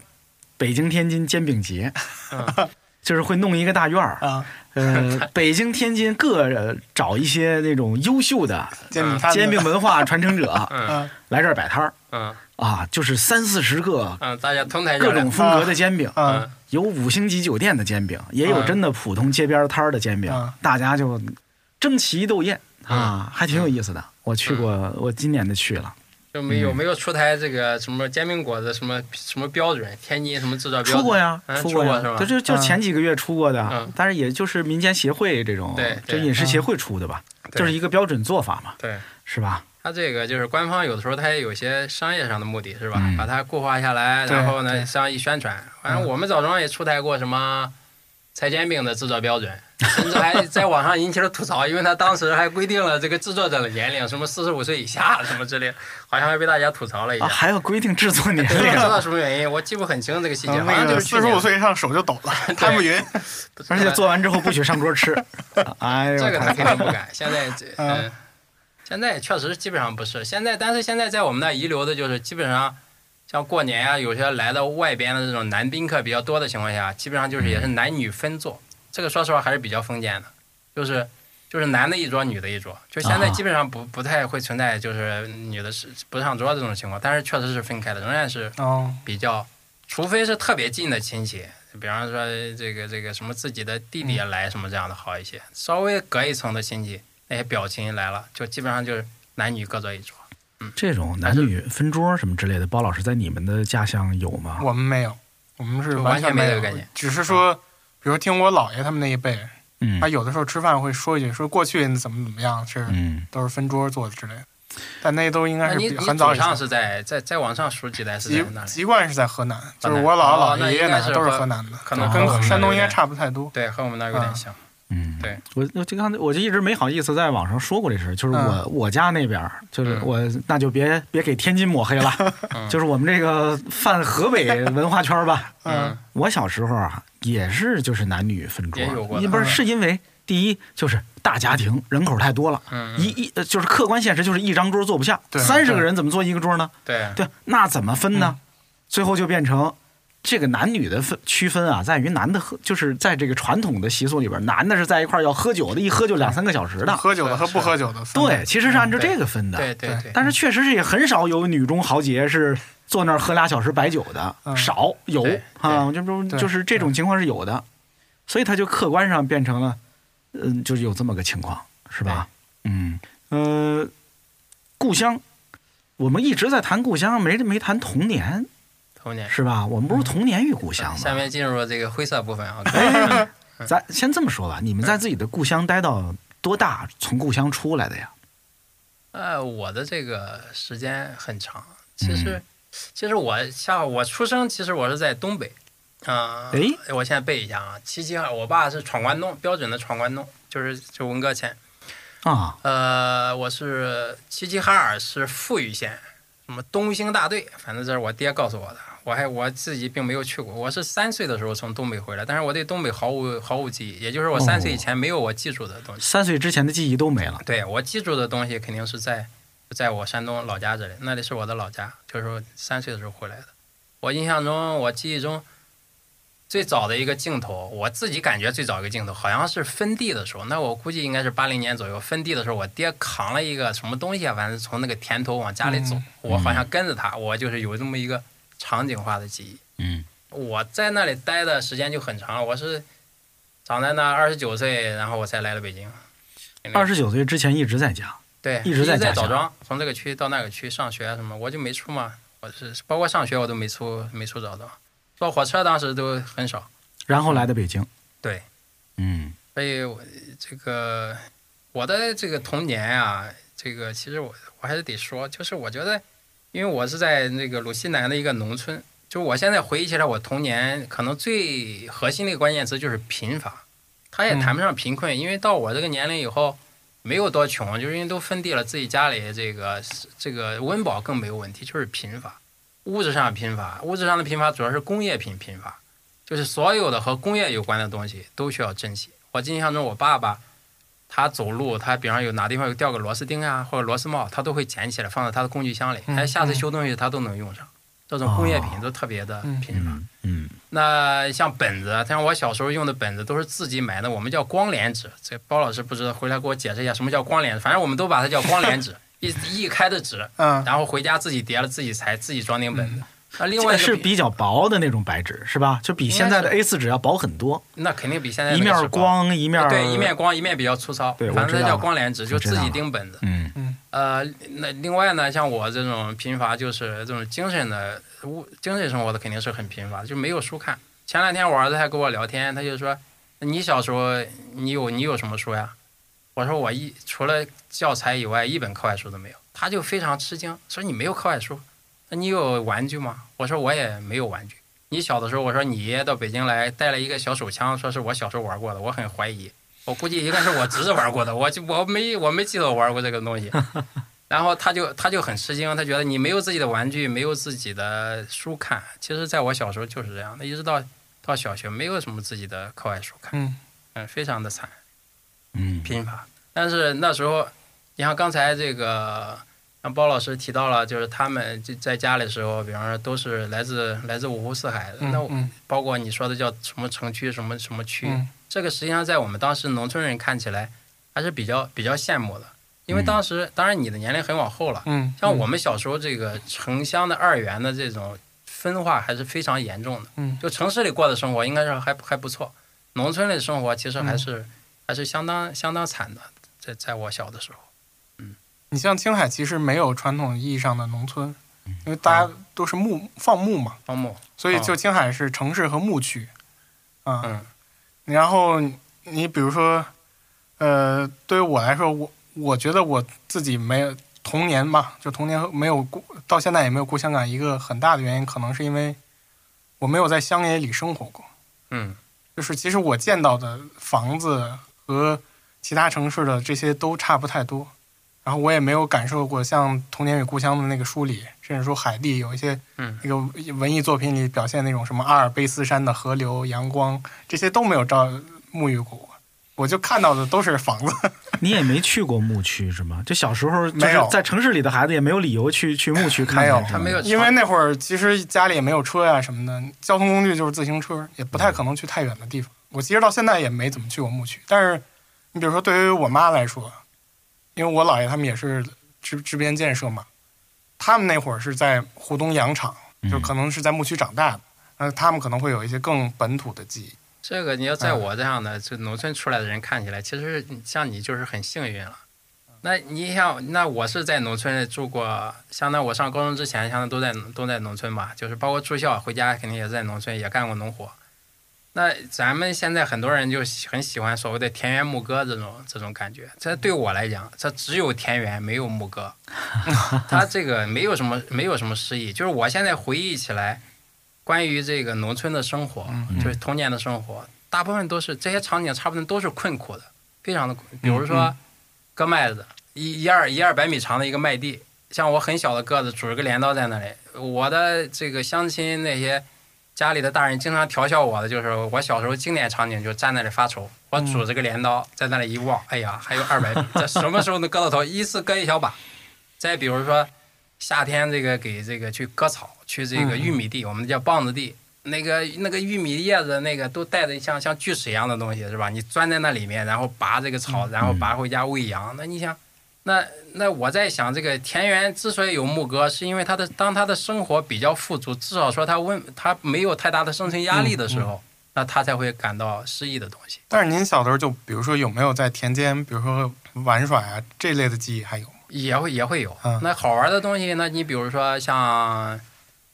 S2: 北京天津煎饼节，
S3: 嗯，
S2: 就是会弄一个大院 儿，
S4: 啊，
S2: 呃，北京天津各呃找一些那种优秀的
S4: 煎饼摊子
S2: 煎饼文化传承者
S3: 嗯
S4: 嗯
S2: 来这儿摆摊儿
S3: 嗯
S2: 啊，就是三四十个
S3: 嗯，大家同台
S2: 各
S3: 较
S2: 种
S3: 量，
S2: 风格的煎饼。
S4: 嗯
S3: 嗯
S2: 有五星级酒店的煎饼，也有
S3: 嗯
S2: 真的普通街边摊儿的煎饼，
S4: 嗯
S2: 大家就争奇斗艳啊，
S3: 嗯
S2: 还挺有意思的。我去过，我今年的去了。
S3: 就
S4: 嗯
S3: 没有没有出台这个什么煎饼果子什么什么标准，天津什么制造标准？
S2: 出过呀，
S3: 嗯
S2: 过呀
S3: 出过，
S2: 就是
S3: 吧？
S2: 就就
S4: 嗯
S2: 前几个月出过的，
S3: 嗯
S2: 但是也就是民间协会这种，
S3: 对
S2: 就
S3: 对嗯
S2: 饮食协会出的吧，
S3: 对
S2: 就是一个标准做法嘛，
S3: 对，
S2: 是吧？
S3: 它这个就是官方有的时候它也有些商业上的目的，是吧？
S2: 嗯
S3: 把它固化下来，
S4: 对
S3: 然后
S4: 对嗯
S3: 呢，商业宣传。反正我们枣庄也出台过什么菜煎饼的制作标准，甚至还在网上引起了吐槽，因为他当时还规定了这个制作者的年龄，什么四十五岁以下什么之类，好像还被大家吐槽了一下。
S2: 啊，还要规定制作年
S3: 不知
S2: 龄，
S3: 道什么原因，我记不很清这个细节，
S4: 嗯
S3: 好像
S4: 那
S3: 就
S4: 个
S3: 是去
S4: 四十
S3: 年
S4: 五，岁以上手就抖 了，谭咏云，
S3: 不知道
S2: 而且做完之后不许上桌 吃。哎呦，
S3: 这个
S2: 太
S3: 他肯定不敢。现在这
S4: 嗯
S3: 嗯，现在确实基本上不是。现在但是现在在我们那遗留的就是基本上。像过年啊，有些来到外边的这种男宾客比较多的情况下，基本上就是也是男女分坐，这个说实话还是比较封建的，就是就是男的一桌，女的一桌，就现在
S2: 啊
S3: 基本上不不太会存在就是女的是不上桌这种情况，但是确实是分开的，仍然是
S4: 哦，
S3: 比较，除非是特别近的亲戚，比方说这个这个什么自己的弟
S4: 嗯
S3: 弟也来什么这样的好一些，稍微隔一层的亲戚，那些表亲来了，就基本上就是男女各坐一桌。
S2: 这种男女分桌什么之类的，包老师在你们的家乡有吗？
S4: 我们没有，我们是
S3: 就完
S4: 全
S3: 全没
S4: 有
S3: 这个嗯概念，
S4: 只是说，比如听我姥爷他们那一辈，
S2: 嗯
S4: 他有的时候吃饭会说一句，说过去怎么怎么样，是
S2: 嗯，
S4: 都是分桌坐的之类的，但那都应该
S3: 那
S4: 是
S3: 你
S4: 比
S3: 你
S4: 很早
S3: 祖
S4: 以
S3: 上
S4: 前。
S3: 是在在再往上数几代是
S4: 籍
S3: 在哪里？
S4: 籍贯是在河南，就是
S3: 河南
S4: 我姥
S3: 哦
S4: 姥姥
S3: 那
S4: 爷爷
S3: 应该
S4: 奶奶
S3: 是
S4: 都是
S3: 河
S4: 河南的，
S3: 可能
S2: 哦
S3: 跟我
S4: 跟
S3: 们
S4: 山东应
S3: 那
S4: 该
S3: 有点
S4: 差不太多。
S3: 对，和我们那有点
S4: 嗯
S3: 像。
S2: 嗯，
S3: 对，
S2: 我我就刚才我就一直没好意思在网上说过这事儿，就是我、我家那边儿就是
S3: 嗯
S2: 我、那就别别给天津抹黑了，
S3: 嗯
S2: 就是我们这个泛河北文化圈儿吧。
S3: 嗯，
S2: 我小时候啊也是就是男女分桌
S3: 也有过，的嗯
S2: 你不是是因为第一就是大家庭人口太多了，
S3: 嗯
S2: 一一呃就是客观现实就是一张桌坐不下，
S4: 对
S2: 三十个
S4: 对
S2: 人怎么坐一个桌呢？
S3: 对，
S2: 对，那怎么分呢？最后就变成这个男女的分区分啊，在于男的喝，就是在这个传统的习俗里边，男的是在一块儿要喝酒的，一喝就两三个小时的。
S4: 喝酒的和
S3: 是
S4: 不喝酒的分
S2: 对，
S4: 开，
S2: 其实是按照这个分的。
S3: 对对对，
S2: 但是确实是也很少有女中豪杰是坐那儿喝俩小时白酒的，
S4: 嗯
S2: 少有
S3: 对
S2: 啊，就就
S4: 对
S2: 就是这种情况是有的。所以它就客观上变成了，嗯，就是有这么个情况，是吧？嗯，呃，故乡，我们一直在谈故乡，没没谈童年，
S3: 童年。
S2: 是吧？我们不
S4: 嗯
S2: 是童年与故乡
S3: 下
S2: 吗？
S3: 面进入这个灰色部分 啊，
S4: 嗯
S2: 咱先这么说吧，你们在自己的故乡待到多大？从故乡出来的呀？
S3: 呃，我的这个时间很长，其实，其实我像我出生，其实我是在东北，啊、
S2: 诶
S3: 我现在背一下啊，七七二，我爸是闯关东，标准的闯关东，就是就文革前，
S2: 啊，
S3: 呃，我是齐齐哈尔是富裕县，什么东兴大队，反正这是我爹告诉我的。我还我自己并没有去过，我是三岁的时候从东北回来，但是我对东北毫无毫无记忆，也就是我三岁以前没有我记住的东西。
S2: 三岁之前的记忆都没了。
S3: 对我记住的东西肯定是在在我山东老家这里，那里是我的老家，就是说三岁的时候回来的。我印象中，我记忆中最早的一个镜头，我自己感觉最早一个镜头好像是分地的时候，那我估计应该是八零年左右分地的时候，我爹扛了一个什么东西啊，反正从那个田头往家里走，
S4: 嗯
S3: 我好像跟着他，我就是有这么一个场景化的记忆。
S2: 嗯，
S3: 我在那里待的时间就很长了，我是长在那二十九岁，然后我才来了北京。
S4: 嗯
S2: 二十九岁之前一直在家。
S3: 对，
S2: 一直在家
S3: 枣
S2: 乡
S3: 庄，从这个区到那个区上学什么，我就没出嘛。我是包括上学我都没出，没出枣庄，坐火车当时都很少。
S2: 然后来的北京。
S3: 嗯对，
S2: 嗯，
S3: 所以我这个我的这个童年啊，这个其实我我还是得说，就是我觉得，因为我是在那个鲁西南的一个农村，就我现在回忆起来，我童年可能最核心的一个关键词就是贫乏，他也谈不上贫困，因为到我这个年龄以后。没有多穷，就是因为都分地了，自己家里这个这个温饱更没有问题，就是贫乏，物质上的贫乏，物质上的贫乏主要是工业品贫乏，就是所有的和工业有关的东西都需要珍惜。我印象中，我爸爸他走路，他比方有哪地方有掉个螺丝钉啊，或者螺丝帽，他都会捡起来放到他的工具箱里，
S4: 嗯
S3: 哎，下次修东西他都能用上。这种工业品
S2: 哦
S3: 都特别的
S4: 嗯
S3: 贫乏。
S2: 嗯，
S3: 那像本子，啊像我小时候用的本子都是自己买的，我们叫光帘纸。这包老师不知道，回来给我解释一下什么叫光帘，反正我们都把它叫光帘纸， 一一开的纸，
S4: 嗯，
S3: 然后回家自己叠了，自己裁，自己装订本子。那另外
S2: 嗯这
S3: 一个
S2: 是比较薄的那种白纸是吧？就比现在的 A4 纸要薄很多，
S3: 那肯定比现在那
S2: 一
S3: 个是
S2: 面
S3: 哎薄呃
S2: 光一面
S3: 对一面光一面比较粗糙，
S2: 对我
S3: 反
S2: 知
S3: 正
S2: 道
S3: 叫
S2: 了
S3: 光帘纸，就
S2: 我知
S3: 自己
S2: 道
S3: 钉本子。
S2: 嗯
S3: 呃，那另外呢，像我这种贫乏，就是这种精神的物精神生活的肯定是很贫乏，就没有书看。前两天我儿子还跟我聊天，他就说：“你小时候你有你有什么书呀？”我说：“我一除了教材以外，一本课外书都没有。”他就非常吃惊，说：“你没有课外书，那你有玩具吗？”我说：“我也没有玩具。”你小的时候，我说你爷爷到北京来带了一个小手枪，说是我小时候玩过的，我很怀疑。我估计应该是我侄子玩过的，我就我没我没记得我玩过这个东西。然后他就他就很吃惊，他觉得你没有自己的玩具，没有自己的书看。其实，在我小时候就是这样，那一直到到小学，没有什么自己的课外书看，
S4: 嗯
S3: 嗯，非常的惨
S2: 嗯
S3: 贫乏。但是那时候，你像刚才这个，像包老师提到了，就是他们就在家里时候，比方说都是来自来自五湖四海的，
S4: 嗯
S3: 那我
S4: 嗯
S3: 包括你说的叫什么城区、什么什么区，
S4: 嗯
S3: 这个实际上在我们当时农村人看起来还是比较比较羡慕的，因为当时、当然你的年龄很往后了，
S4: 嗯，
S3: 像我们小时候这个城乡的二元的这种分化还是非常严重的。
S4: 嗯
S3: 就城市里过的生活应该是还还不错，农村里的生活其实
S4: 嗯
S3: 还是、还是相当相当惨的，在在我小的时候。
S4: 你像青海其实没有传统意义上的农村，
S3: 嗯
S4: 因为大
S3: 哦
S4: 家都是牧放牧嘛，
S3: 荒漠，
S4: 所以就青海是城市和牧区，啊，
S3: 哦嗯
S4: 然后你比如说，呃，对于我来说，我我觉得我自己没有童年嘛，就童年没有故，到现在也没有故乡感。一个很大的原因，可能是因为我没有在乡野里生活过。
S3: 嗯
S4: 就是其实我见到的房子和其他城市的这些都差不太多，然后我也没有感受过像《童年与故乡》的那个书里，甚至说海地有一些
S3: 嗯
S4: 那个文艺作品里表现那种什么阿尔卑斯山的河流、阳光，这些都没有照沐浴过。我就看到的都是房子，
S2: 你也没去过牧区是吗？就小时候就
S4: 没
S2: 是
S4: 有
S2: 在城市里的孩子也没有理由去去牧区看看
S4: 没有
S2: 是吗
S3: 他没有
S4: 因为那会儿其实家里也没有车呀、什么的，交通工具就是自行车，也不太可能去太远的地方。我其实到现在也没怎么去过牧区，但是你比如说对于我妈来说，因为我姥爷他们也是支支边建设嘛，他们那会儿是在
S2: 嗯
S4: 湖东羊场，就可能是在牧区长大的，那他们可能会有一些更本土的记忆。
S3: 这个你要
S4: 啊
S3: 在我这样的就农村出来的人看起来，其实像你就是很幸运了。那你想，那我是在农村住过，相当我上高中之前，相当都在都在农村嘛，就是包括住校，回家肯定也是在农村，也干过农活。那咱们现在很多人就喜很喜欢所谓的田园牧歌这种这种感觉，这对我来讲，这只有田园没有牧歌， 它这个没有什么没有什么诗意。就是我现在回忆起来，关于这个农村的生活，就是童年的生活，大部分都是这些场景，差不多都是困苦的，非常的困。比如说割麦子，一一二一二百米长的一个麦地，像我很小的个子，拄着个镰刀在那里，我的这个乡亲那些。家里的大人经常调笑我的，就是我小时候经典场景就站那里发愁，我拄着个镰刀在那里一望，哎呀，还有二百米，这什么时候能割到头？一次割一小把。再比如说，夏天这个给这个去割草，去这个玉米地，我们叫棒子地，那个那个玉米叶子那个都带着像像锯齿一样的东西是吧？你钻在那里面，然后拔这个草，然后拔回家喂羊。那你想，那那我在想，这个田园之所以有牧歌，是因为他的当他的生活比较富足，至少说他问他没有太大的生存压力的
S2: 嗯
S3: 时候，那他才会感到诗意的东西。
S4: 但是您小的时候就，比如说有没有在田间，比如说玩耍呀、这类的记忆还有吗？
S3: 也会也会有
S4: 嗯。
S3: 那好玩的东西，那你比如说像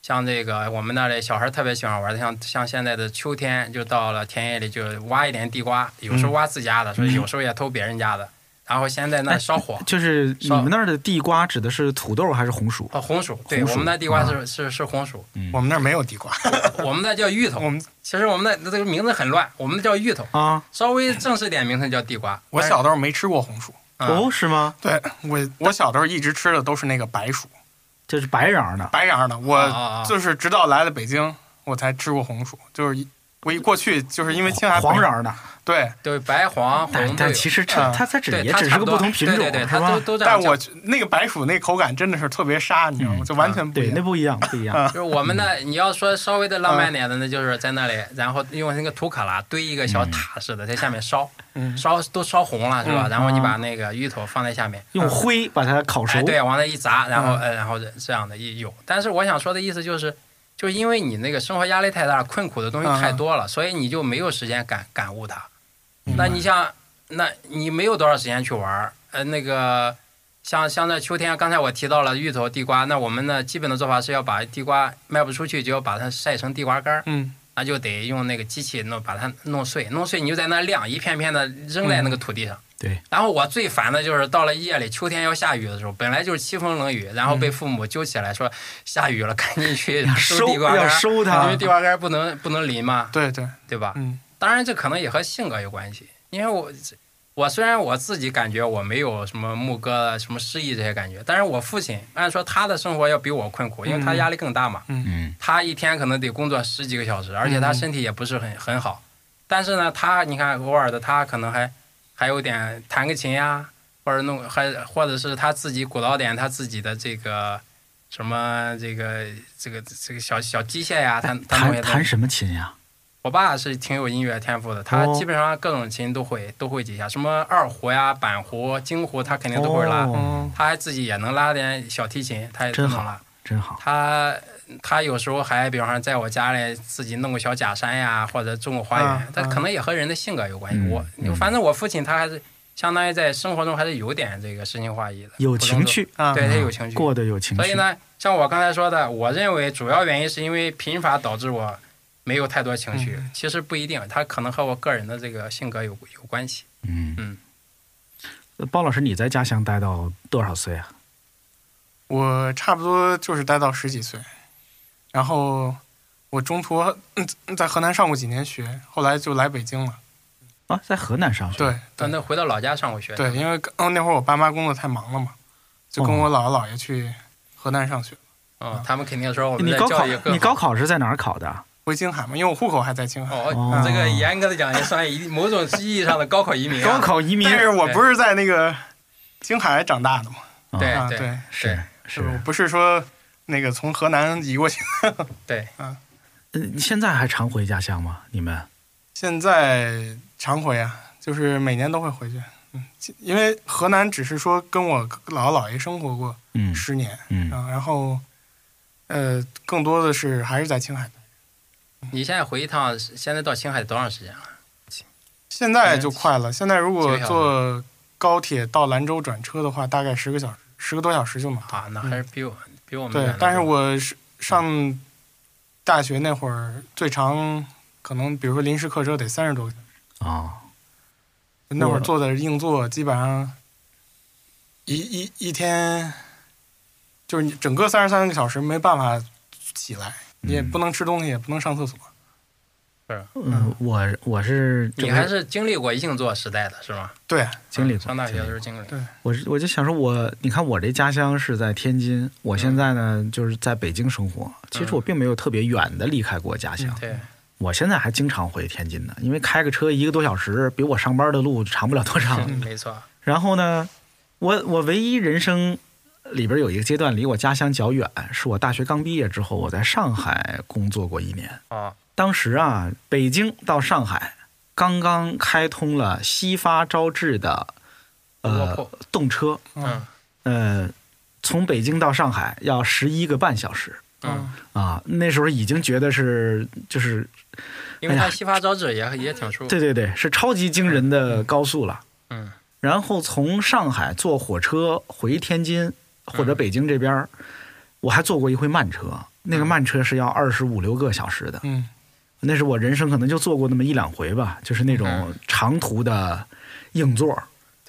S3: 像这个我们那里小孩特别喜欢玩的，像像现在的秋天，就到了田野里就挖一点地瓜，有
S2: 嗯
S3: 时候挖自家的，所以有时候也偷别人家的。然后先在那烧火，
S2: 就是你们那儿的地瓜指的是土豆还是红薯？
S3: 呃，红薯，对
S2: 红薯啊
S3: 我们那地瓜是是是红薯，
S4: 我们那儿没有地瓜，
S3: 我们那叫芋头
S4: 我。们
S3: 其实我们那那这个名字很乱，我们那叫芋头，
S2: 啊，
S3: 稍微正式点名称叫地瓜。
S4: 我小的时候没吃过红薯。
S3: 但是嗯
S2: 哦，是吗？
S4: 对我，我小的时候一直吃的都是那个白薯，
S2: 这是白瓤儿的，
S4: 白瓤儿的。
S3: 啊啊啊
S4: 我就是直到来了北京，我才吃过红薯。就是一我一过去，就是因为青海北
S2: 黄瓤儿的。
S4: 对，
S3: 对白黄红
S2: 但
S3: 都有
S2: 但其实这
S4: 嗯
S2: 它它只
S3: 对
S2: 也
S3: 它
S2: 只
S3: 差
S2: 是个
S3: 多
S2: 不同品种，
S3: 对对对，
S2: 是
S3: 它都
S2: 吧？
S3: 都这样
S4: 但
S3: 叫
S4: 我觉那个白薯那口感真的是特别沙，你知道吗？
S2: 嗯
S4: 就完全不
S2: 对，
S4: 一
S2: 那
S4: 样。
S2: 不一样，不一样。
S3: 就是我们那，你要说稍微的浪漫点的，那就是在那里，然后用那个土卡拉堆一个小塔似的，在下面烧，
S4: 嗯
S3: 烧都烧红了是吧？
S4: 嗯
S3: 然后你把那个芋头放在下面，
S2: 用灰把它烤熟
S3: 嗯哎，，对，往那一砸，然后呃，然后这样的一有。但是我想说的意思就是，就是因为你那个生活压力太大，困苦的东西太多了，所以你就没有时间感感悟它。那你像，那你没有多少时间去玩儿，呃，那个像像那秋天，刚才我提到了芋头、地瓜，那我们呢基本的做法是要把地瓜卖不出去，就要把它晒成地瓜干儿，
S4: 嗯，
S3: 那就得用那个机器弄把它弄碎，弄碎你就在那晾，一片片的扔在那个土地上。
S2: 对，
S3: 然后我最烦的就是到了夜里，秋天要下雨的时候，本来就是凄风冷雨，然后被父母揪起来说下雨了，赶紧去收
S2: 收
S3: 地瓜
S2: 嗯
S3: 干
S2: 要
S3: 儿，
S2: 收它
S3: 因为地瓜干儿不能不能淋嘛，
S4: 对对，
S3: 对吧？
S4: 嗯
S3: 当然这可能也和性格有关系，因为我我虽然我自己感觉我没有什么牧歌、啊什么诗意这些感觉，但是我父亲按说他的生活要比我困苦，因为他压力更大嘛，
S2: 嗯，
S3: 他一天可能得工作十几个小时，而且他身体也不是很很好。但是呢，他你看偶尔的，他可能还还有点弹个琴呀、或者弄还或者是他自己鼓捣点他自己的这个什么这个这个这个小小机械呀、他他弄些
S2: 哎弹
S3: 东
S2: 弹
S3: 西。
S2: 什么琴呀？
S3: 我爸是挺有音乐天赋的，他
S2: 哦
S3: 基本上各种琴都会都会几下，什么二胡呀、板胡、京胡，他肯定都会拉。嗯
S4: 嗯
S2: 哦
S3: 他还自己也能拉点小提琴，他也
S2: 真
S3: 能
S2: 好
S3: 拉。
S2: 真好。
S3: 他他有时候还，比方说在我家里自己弄个小假山呀，或者种个花园，
S4: 啊
S3: 他
S4: 啊
S3: 可能也和人的性格有关系。
S2: 嗯
S3: 我
S2: 嗯
S3: 反正我父亲他还是相当于在生活中还是有点这个诗情画意的，
S2: 有
S3: 不能
S2: 情
S3: 说，
S2: 趣，
S4: 啊，
S3: 对他有情
S2: 嗯
S3: 趣。
S2: 过得有情趣。
S3: 所以呢，像我刚才说的，我认为主要原因是因为贫乏导致我没有太多情绪，
S2: 嗯
S3: 其实不一定，他可能和我个人的这个性格有有关系。
S2: 嗯
S3: 嗯
S2: 呃包老师，你在家乡待到多少岁啊？
S4: 我差不多就是待到十几岁，然后我中途嗯在河南上过几年学，后来就来北京了。
S2: 啊，在河南上学。
S4: 对
S3: 但
S4: 对
S3: 那回到老家上过学，
S4: 对，因为刚那会儿我爸妈工作太忙了嘛，就跟
S2: 哦
S4: 我姥姥姥爷去河南上学。
S3: 嗯，他们肯定说我们
S2: 你
S3: 在
S2: 高考
S3: 教育各
S2: 你高考是在哪儿考的啊？
S4: 回青海嘛，因为我户口还在青海。
S3: 哦，这个严格的讲也算一某种意义上的高考移民、啊。
S2: 高考移民
S4: 但是我不是在那个青海长大的嘛，
S3: 对
S4: 啊，
S3: 对
S4: 对，
S2: 是是
S4: 是我。不是说那个从河南移过去。
S3: 对，
S2: 嗯，现在还常回家乡吗？你们？
S4: 现在常回啊，就是每年都会回去。嗯，因为河南只是说跟我姥姥姥爷生活过
S2: 嗯
S4: 十年
S2: 嗯
S4: 啊，然后呃，更多的是还是在青海。
S3: 你现在回一趟，现在到青海多长时间了？
S4: 现在就快了，现在如
S3: 几
S4: 果
S3: 个小时
S4: 坐高铁到兰州转车的话，大概十个小时，十个多小时就能到。
S3: 啊，那还是比我、比我们远
S4: 对
S3: 得，
S4: 但是
S3: 多
S4: 我是上大学那会儿，最长可能比如说临时客车得三十多个小时，
S2: 啊，
S4: 那会儿坐的硬座，基本上一一一天就是你整个三十三个小时没办法起来，
S2: 嗯
S4: 也不能吃东西，也不能上厕所。
S2: 嗯，我我是
S3: 你还是经历过硬座时代的是吗？啊
S4: 对，
S2: 经历过
S3: 上大学
S2: 经
S3: 的
S2: 历
S3: 时候
S2: 过
S3: 经历过。
S2: 我是我就想说我，你看我这家乡是在天津，我现在呢、就是在北京生活。其实我并没有特别远的离开过家乡，
S3: 对，
S2: 我现在还经常回天津呢，因为开个车一个多小时，比我上班的路长不了多长。
S3: 没错，
S2: 然后呢，我我唯一人生里边有一个阶段离我家乡较远，是我大学刚毕业之后，我在上海工作过一年。
S3: 哦，
S2: 当时啊，北京到上海刚刚开通了西发招致的
S3: 卧
S2: 呃
S3: 铺
S2: 动车，
S4: 啊
S3: 嗯
S2: 呃，从北京到上海要十一个半小时
S3: 嗯，
S2: 啊。那时候已经觉得是就是
S3: 因为
S2: 哎
S3: 它
S2: 呀
S3: 西发招致也也挺舒服，
S2: 对对对，是超级惊人的高速了。
S3: 嗯
S2: 然后从上海坐火车回天津或者北京这边儿，我还坐过一回慢车，那个慢车是要二十五六个小时的。
S4: 嗯，
S2: 那是我人生可能就坐过那么一两回吧，就是那种
S3: 嗯
S2: 长途的硬座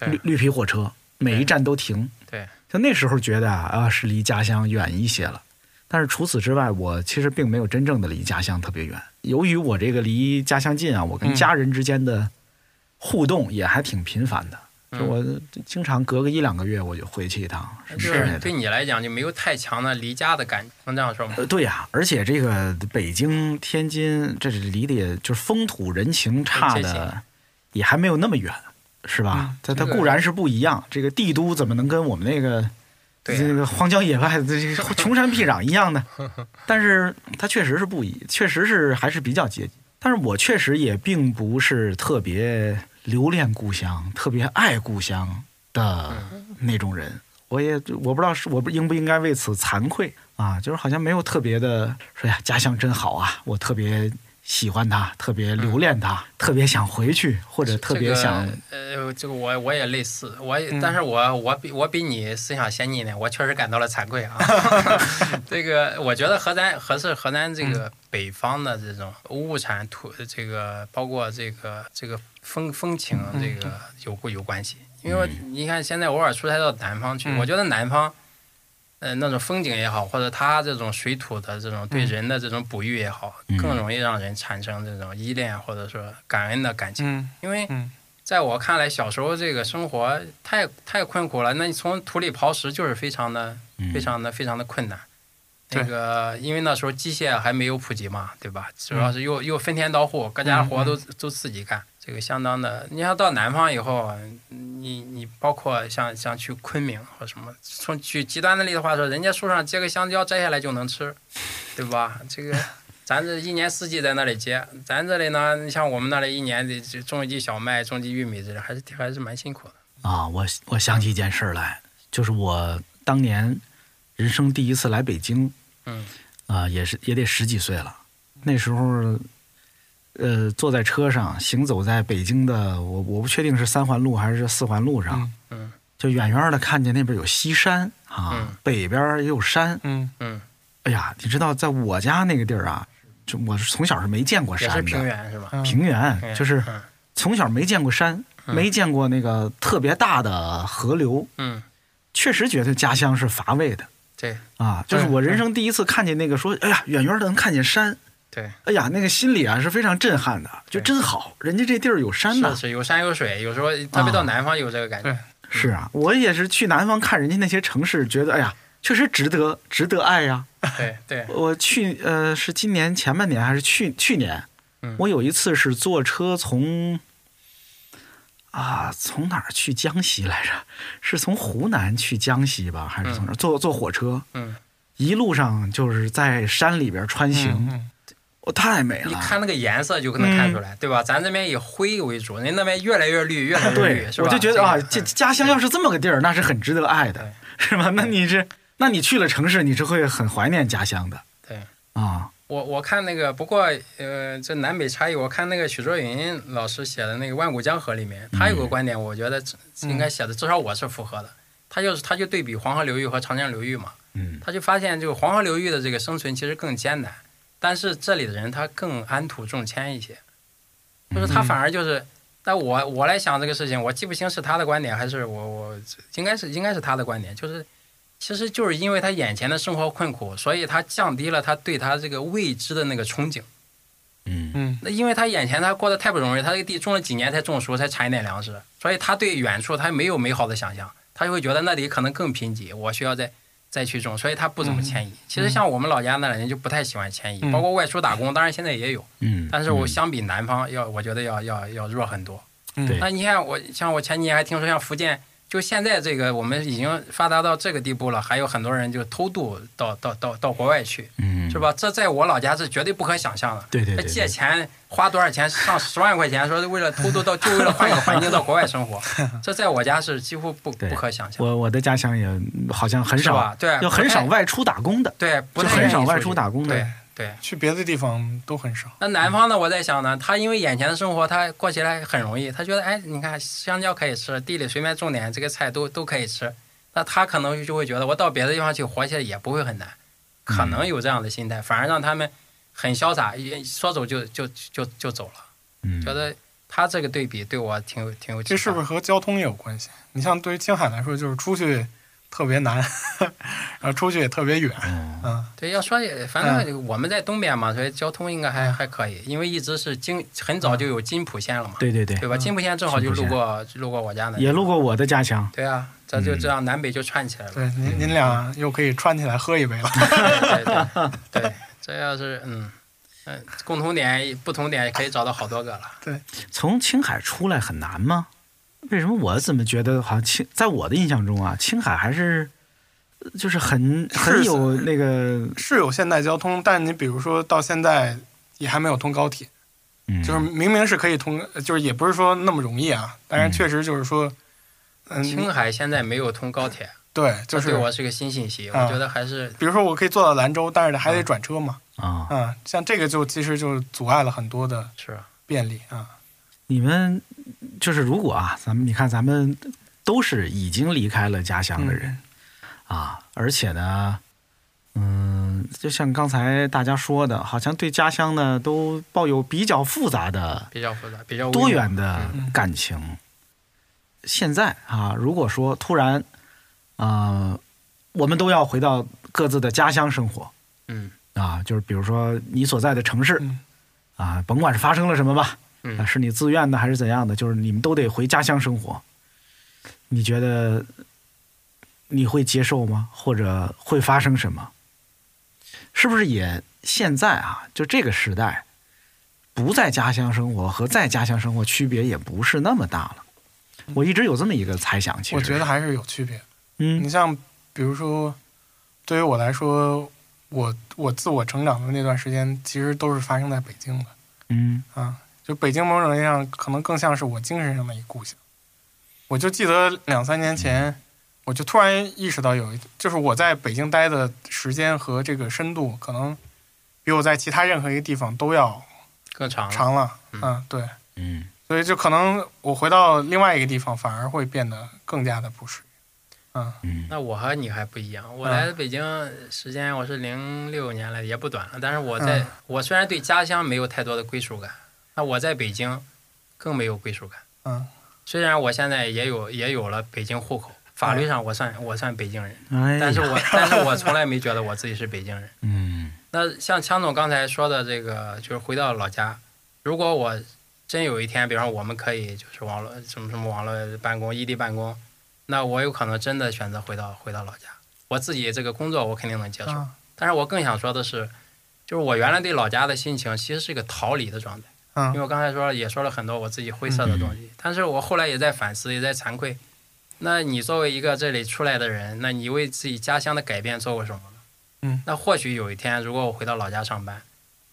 S3: 对
S2: 绿绿皮火车，每一站都停。
S3: 对，
S2: 就那时候觉得啊啊是离家乡远一些了，但是除此之外，我其实并没有真正的离家乡特别远。由于我这个离家乡近啊，我跟
S4: 嗯
S2: 家人之间的互动也还挺频繁的，
S3: 嗯
S2: 就我经常隔个一两个月我就回去一趟，什么
S3: 就
S2: 之类
S3: 是
S2: 的
S3: 对。你来讲就没有太强的离家的感觉，能这样说吗？
S2: 呃，对呀、而且这个北京、天津，这是离得也就是风土人情差
S3: 很接近嗯
S2: 的，也还没有那么远，是吧？它它固然是不一样，这个帝都怎么能跟我们那个
S3: 对
S2: 这个荒郊野外、这 个穷山僻壤一样呢？但是它确实是不一，确实是还是比较接近。但是我确实也并不是特别留恋故乡、特别爱故乡的那种人。我也我不知道是我不应不应该为此惭愧啊，就是好像没有特别的说呀，家乡真好啊，我特别喜欢它，特别留恋它，特别想回去，或者特别想、
S3: 这个、呃，这个我我也类似，我也
S4: 嗯
S3: 但是我、我比我比你思想先进一点，我确实感到了 惭愧啊。这个我觉得河南河是河南这
S2: 嗯
S3: 个北方的这种物产土，这个包括这个这个风风情啊
S2: 嗯
S3: 这个有故有关系，因为你看现在偶尔出差到南方去，
S4: 嗯
S3: 我觉得南方。呃，那种风景也好，或者它这种水土的这种对人的这种哺育也好，
S2: 嗯
S3: 更容易让人产生这种依恋或者说感恩的感情。
S4: 嗯
S3: 因为
S4: 嗯
S3: 在我看来，小时候这个生活太太困苦了。那你从土里刨食就是非常的、
S2: 嗯
S3: 非常的、非常的困难。
S4: 对
S3: 那个，因为那时候机械还没有普及嘛，对吧？主
S2: 嗯
S3: 要是又、又分田到户，各家活都、都自己干，这个相当的。你要到南方以后，你你包括像像去昆明或什么，从举极端的例子话说，人家树上结个香蕉摘下来就能吃，对吧？这个咱这一年四季在那里结，咱这里呢，你像我们那里一年得就种一季小麦，种一季玉米之类，还是还是蛮辛苦的。
S2: 啊，我我想起一件事儿来，就是我当年人生第一次来北京，
S3: 嗯
S2: 啊、也是也得十几岁了。那时候，呃，坐在车上，行走在北京的，我我不确定是三环路还是四环路上，
S4: 嗯
S3: 嗯
S2: 就远远的看见那边有西山啊，
S3: 嗯
S2: 北边也有山。
S4: 嗯
S3: 嗯，
S2: 哎呀，你知道，在我家那个地儿啊，就我是从小是没见过
S3: 也
S2: 山的，
S3: 是平原是吧？
S4: 嗯
S2: 平原
S3: 平原
S2: 就是
S3: 嗯
S2: 从小没见过山，没见过那个特别大的河流，
S3: 嗯，
S2: 确实觉得家乡是乏味的
S3: 对
S2: 啊。就是
S3: 嗯
S4: 对
S2: 我人生第一次看见那个说，哎呀，远远的能看见山，
S3: 对，
S2: 哎呀，那个心里啊是非常震撼的，就
S3: 对
S2: 真好，人家这地儿有山
S3: 是啊
S2: 呐。
S3: 是有山有水，有时候特
S2: 啊
S3: 别到南方有这个感觉
S4: 对。
S2: 是啊，我也是去南方看人家那些城市，觉得哎呀，确实值得，值得爱呀。
S3: 对对，
S2: 我去，呃，是今年前半年还是去去年？
S3: 嗯
S2: 我有一次是坐车从啊从哪儿去江西来着？是从湖南去江西吧，还是从哪儿、坐坐火车？
S3: 嗯，
S2: 一路上就是在山里边穿行，
S4: 嗯嗯
S2: 哦，太美了！
S3: 你看那个颜色就能看出
S2: 嗯
S3: 来，对吧？咱这边以灰为主，人那边越来越绿，越来越
S2: 对
S3: 绿，，是
S2: 我
S3: 吧？
S2: 就觉得啊，
S3: 这
S2: 这
S3: 个
S2: 家乡要是这么个地儿，那是很值得爱的
S3: 对，
S2: 是吧？那你这，那你去了城市，你是会很怀念家乡的
S3: 对
S2: 啊。
S3: 我我看那个，不过呃，这南北差异，我看那个许卓云老师写的那个《万古江河》里面，他有
S2: 嗯
S3: 个观点，我觉得应该写的，至少我是符合的。他就是他就对比黄河流域和长江流域嘛，
S2: 嗯
S3: 他就发现这个黄河流域的这个生存其实更艰难，但是这里的人他更安土重迁一些，就是他反而就是，但我我来想这个事情，我记不清是他的观点还是我我应该是应该是他的观点，就是其实就是因为他眼前的生活困苦，所以他降低了他对他这个未知的那个憧憬。
S2: 嗯
S4: 嗯
S3: 那因为他眼前他过得太不容易，他这个地种了几年才种熟，才产一点粮食，所以他对远处他没有美好的想象，他就会觉得那里可能更贫瘠，我需要再再去种，所以他不怎么迁移。其实像我们老家那人就不太喜欢迁移，
S4: 嗯
S3: 包括外出打工，当然现在也有，
S2: 嗯，
S3: 但是我
S2: 嗯
S3: 相比南方要，我觉得要要要弱很多。
S2: 对
S4: 嗯
S3: 那你看我像我前几年还听说像福建。就现在这个，我们已经发达到这个地步了，还有很多人就偷渡到到到到国外去，
S2: 嗯
S3: 是？吧？这在我老家是绝对不可想象的。
S2: 对对对对
S3: 哎借钱花多少钱，上十万块钱，说是为了偷渡到，就为了换个 环境到国外生活，这在我家是几乎不
S2: 对
S3: 不可想象，
S2: 我我的家乡也好像很
S3: 是
S2: 少
S3: 吧，？对，
S2: 就很少
S3: 不太
S2: 外出打工的，
S3: 对，不
S2: 就
S3: 太
S2: 很
S3: 愿意
S2: 少外
S3: 出去
S2: 出打工的
S3: 对。对。
S4: 去别的地方都很少。
S3: 那南方呢？我在想呢，他因为眼前的生活，他过起来很容易。他觉得，哎，你看香蕉可以吃，地里随便种点这个菜都都可以吃。那他可能就会觉得，我到别的地方去活起来也不会很难，可
S2: 嗯
S3: 能有这样的心态，反而让他们很潇洒，也说走就就就就走了。
S2: 嗯，
S3: 觉得他这个对比对我挺有挺有启
S4: 这
S3: 发。
S4: 是不是和交通也有关系？你像对于青海来说，就是出去特别难， 然后出去也特别远。
S2: 嗯
S4: 嗯
S3: 对，要说也，反正我们在东边嘛，所以交通应该还还可以，因为一直是金，很早就
S4: 嗯
S3: 有金浦县了嘛，
S2: 对对对，
S3: 吧？金浦县正好就
S2: 金浦
S3: 路
S2: 县
S3: 过路过我家那，
S2: 也路。过我的家乡，
S3: 对啊，这
S4: 嗯
S3: 就这样南北就串起来了。
S4: 对，您您俩又可以串起来喝一杯了。
S3: 对对对对，这要是嗯嗯，共同点不同点也可以找到好多个了。
S2: 从青海出来很难吗？为什么我怎么觉得好像青，在我的印象中啊，青海还是呃就是很很有那个，
S4: 是有现代交通，但你比如说到现在也还没有通高铁，
S2: 嗯
S4: 就是明明是可以通，呃就是也不是说那么容易啊。但是
S2: 嗯
S4: 确实就是说，嗯，
S3: 青海现在没有通高铁，
S4: 对，就
S3: 这
S4: 是
S3: 对我是个新信息。我
S4: 啊
S3: 觉得还是
S4: 比如说我可以坐到兰州，但是还得转车嘛，
S2: 啊，
S4: 啊，像这个就其实就阻碍了很多的
S3: 是啊
S4: 便利啊。
S2: 你们就是如果啊，咱们你看咱们都是已经离开了家
S4: 嗯
S2: 乡的人、啊，而且呢，嗯，就像刚才大家说的，好像对家乡呢都抱有比较复杂的
S3: 比较复杂，比较
S2: 多
S3: 微妙
S2: 元的感情。现在啊，如果说突然，呃，我们都要回到各自的家乡生活
S3: 嗯
S2: 啊，就是比如说你所在的城市
S4: 嗯
S2: 啊，甭管是发生了什么吧，啊，
S3: 嗯，
S2: 是你自愿的还是怎样的，就是你们都得回家乡生活。你觉得你会接受吗？或者会发生什么？是不是也现在啊，就这个时代，不在家乡生活和在家乡生活区别也不是那么大了？我一直有这么一个猜想，其实
S4: 嗯我觉得，还是有区别。你
S2: 嗯
S4: 像比如说，对于我来说，我我自我成长的那段时间，其实都是发生在北京的。
S2: 嗯
S4: 啊，就北京某种意义上可能更像是我精神上的一个故乡。我就记得两三年前，我就突然意识到有一，就是我在北京待的时间和这个深度，可能比我在其他任何一个地方都要
S3: 更长了。
S4: 长了。
S3: 嗯
S4: 啊，对，
S2: 嗯
S4: 所以就可能我回到另外一个地方，反而会变得更加的不适应。啊，
S2: 嗯
S3: 那我和你还不一样，我
S4: 啊
S3: 来北京时间我是零六年来的，也不短了。但是我在、
S4: 嗯
S3: 我虽然对家乡没有太多的归属感，那我在北京更没有归属感。
S4: 嗯，
S3: 虽然我现在也有也有了北京户口，法律上我算、我算北京人，
S2: 哎呀，
S3: 但是我但是 我从来没觉得我自己是北京人。
S2: 嗯
S3: 那像强总刚才说的这个，就是回到老家，如果我真有一天，比方说我们可以就是网络什么什么网络办公、异地办公，那我有可能真的选择回到回到老家。我自己这个工作我肯定能接受，
S4: 啊，
S3: 但是我更想说的是，就是我原来对老家的心情其实是一个逃离的状态，因为
S4: 嗯，
S3: 我刚才说了也说了很多我自己灰色的东西，但是我后来也在反思，也在惭愧。那你作为一个这里出来的人，那你为自己家乡的改变做过什么呢？
S4: 嗯，
S3: 那或许有一天，如果我回到老家上班，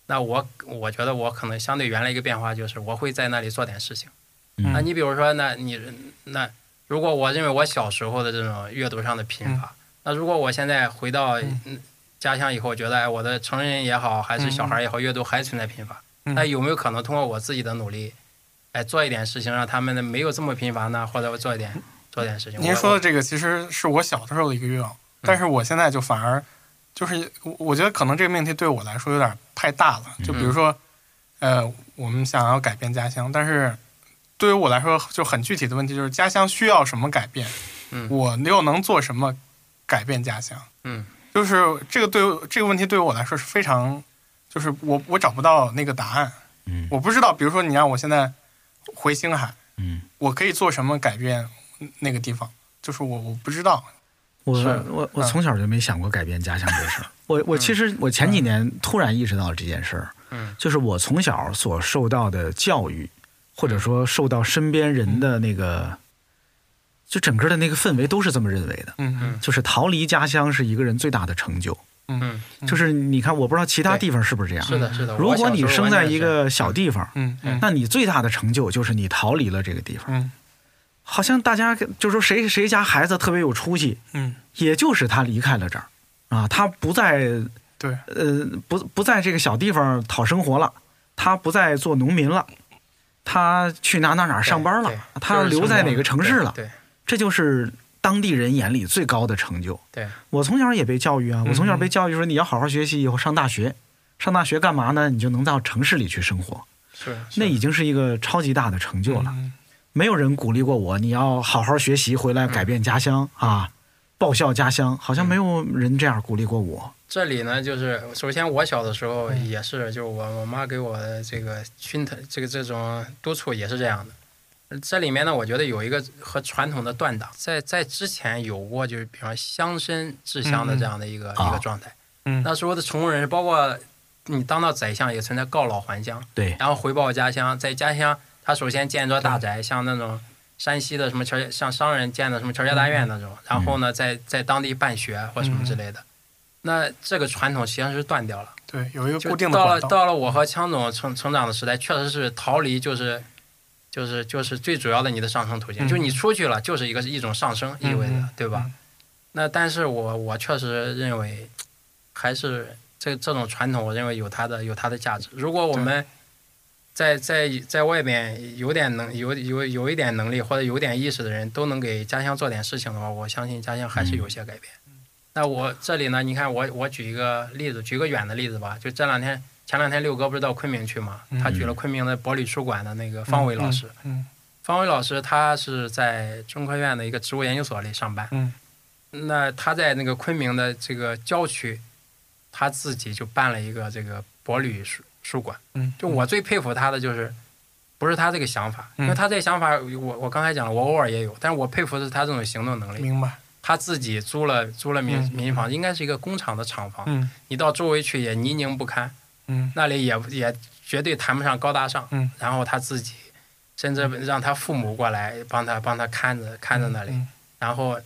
S3: 那我我觉得我可能相对原来一个变化就是我会在那里做点事情。
S2: 嗯
S3: 啊那你比如说，那你那如
S2: 嗯
S3: 果我认为我小时候的这种阅读上的贫乏，那如果我现在回到
S4: 嗯
S3: 嗯家乡以后，觉得哎，我的成人也好，还是
S2: 嗯
S3: 小孩也好，阅读还存在贫乏。那有没有可能通过我自己的努力，哎，做一点事情，让他们没有这么贫乏呢？或者我做一点做一点事情？嗯
S4: 您
S3: 我
S4: 说的这个其实是我小的时候的一个愿望，但是我现在就反而就是我我觉得可能这个命题对我来说有点太大了。
S3: 嗯
S4: 就比如说，呃，我们想要改变家乡，但是对于我来说就很具体的问题就是家乡需要什么改变，
S3: 嗯
S4: 我又能做什么改变家乡？
S3: 嗯，
S4: 就是这个对这个问题对于我来说是非常，就是我我找不到那个答案，
S2: 嗯
S4: 我不知道，比如说你让我现在回星海，
S2: 嗯，
S4: 我可以做什么改变那个地方？就是我我不知道，
S2: 我
S4: 是
S2: 我我
S4: 嗯
S2: 从小就没想过改变家乡这 事儿。我我其实我前几年突然意识到了这件事儿，
S3: 嗯，
S2: 就是我从小所受到的教育，或
S3: 嗯
S2: 者说受到身边人的那个，就整个的那个氛围都是这么认为的，
S4: 嗯
S2: 就是逃离家乡是一个人最大的成就。
S4: 嗯
S3: 嗯
S2: 就是你看，我不知道其他
S3: 对
S2: 地方是不是这样。
S3: 是的，是的。
S2: 如
S3: 我小
S2: 果
S3: 时
S2: 你
S3: 候
S2: 生
S3: 完
S2: 在
S3: 全
S2: 一
S3: 是
S2: 个小地方，
S4: 嗯嗯
S2: 那你最大的成就就是你逃离了这个地方。
S4: 嗯
S2: 好像大家就说谁谁家孩子特别有出息，
S4: 嗯，
S2: 也就是他离开了这儿啊，他不在
S4: 对，
S2: 呃不不在这个小地方讨生活了，他不再做农民了，他去哪哪哪上班了
S3: 对，
S2: 他
S3: 就是
S2: 留
S3: 生
S2: 在
S3: 活
S2: 哪个城市了，
S3: 对
S2: 这就是当地人眼里最高的成就。
S3: 对
S2: 我从小也被教育啊，我从小
S4: 嗯
S2: 被教育说你要好好学习，以后上大学，上大学干嘛呢？你就能到城市里去生活，
S3: 是是
S2: 那已经是一个超级大的成就了。
S4: 嗯
S2: 没有人鼓励过我，你要好好学习，回来改变家乡、
S4: 嗯
S2: 啊，报效家乡，好像没有人这样鼓励过我。
S4: 嗯
S3: 这里呢，就是首先我小的时候也是，就是我我妈给我的这个熏腾，这个这种督促也是这样的。呃这里面呢，我觉得有一个和传统的断档，在在之前有过，就是比方乡绅治乡的
S4: 嗯嗯
S3: 这样的一个、
S2: 啊
S3: 一个状态。
S4: 嗯
S3: 那时候的穷人是，包括你当到宰相也存在告老还乡，
S2: 对，
S3: 然后回报家乡，在家乡他首先建一座大宅，像那种山西的什么乔家，像商人建的什么乔家大院那
S4: 嗯
S3: 种，然后呢，在在当地办学或什么之类的。那这个传统实际上是断掉了，
S4: 对，有一个
S3: 就
S4: 固定的
S3: 到了
S4: 管道，
S3: 到了我和强总成成长的时代，确实是逃离就是就是就是最主要的你的上升途径，
S4: 嗯
S3: 就你出去了就是一个一种上升意味着
S4: 嗯
S3: 的，对吧
S4: 嗯？
S3: 那但是我我确实认为还是这这种传统，我认为有它的有它的价值。如果我们在在在外面有点能有有有一点能力或者有点意识的人都能给家乡做点事情的话，我相信家乡还
S4: 嗯
S3: 是有些改变。那我这里呢，你看我我举一个例子，举个远的例子吧，就这两天前两天六哥不是到昆明去嘛，他举了昆明的博旅书馆的那个方伟老师，
S4: 嗯
S3: 方伟老师他是在中科院的一个植物研究所里上班，
S4: 嗯
S3: 那他在那个昆明的这个郊区，他自己就办了一个这个博旅书书馆。
S4: 嗯，嗯
S3: 就我最佩服他的就是，不是他这个想法，因为他这个想法，我我刚才讲了，我偶尔也有，但是我佩服的是他这种行动能力。
S4: 明白，
S3: 他自己租了租了民
S4: 嗯
S3: 民房，应该是一个工厂的厂房，
S4: 嗯
S3: 你到周围去也泥泞不堪，
S4: 嗯
S3: 那里也也绝对谈不上高大上。
S4: 嗯，
S3: 然后他自己，甚至让他父母过来帮他帮他看着看着那里。
S4: 嗯
S3: 然后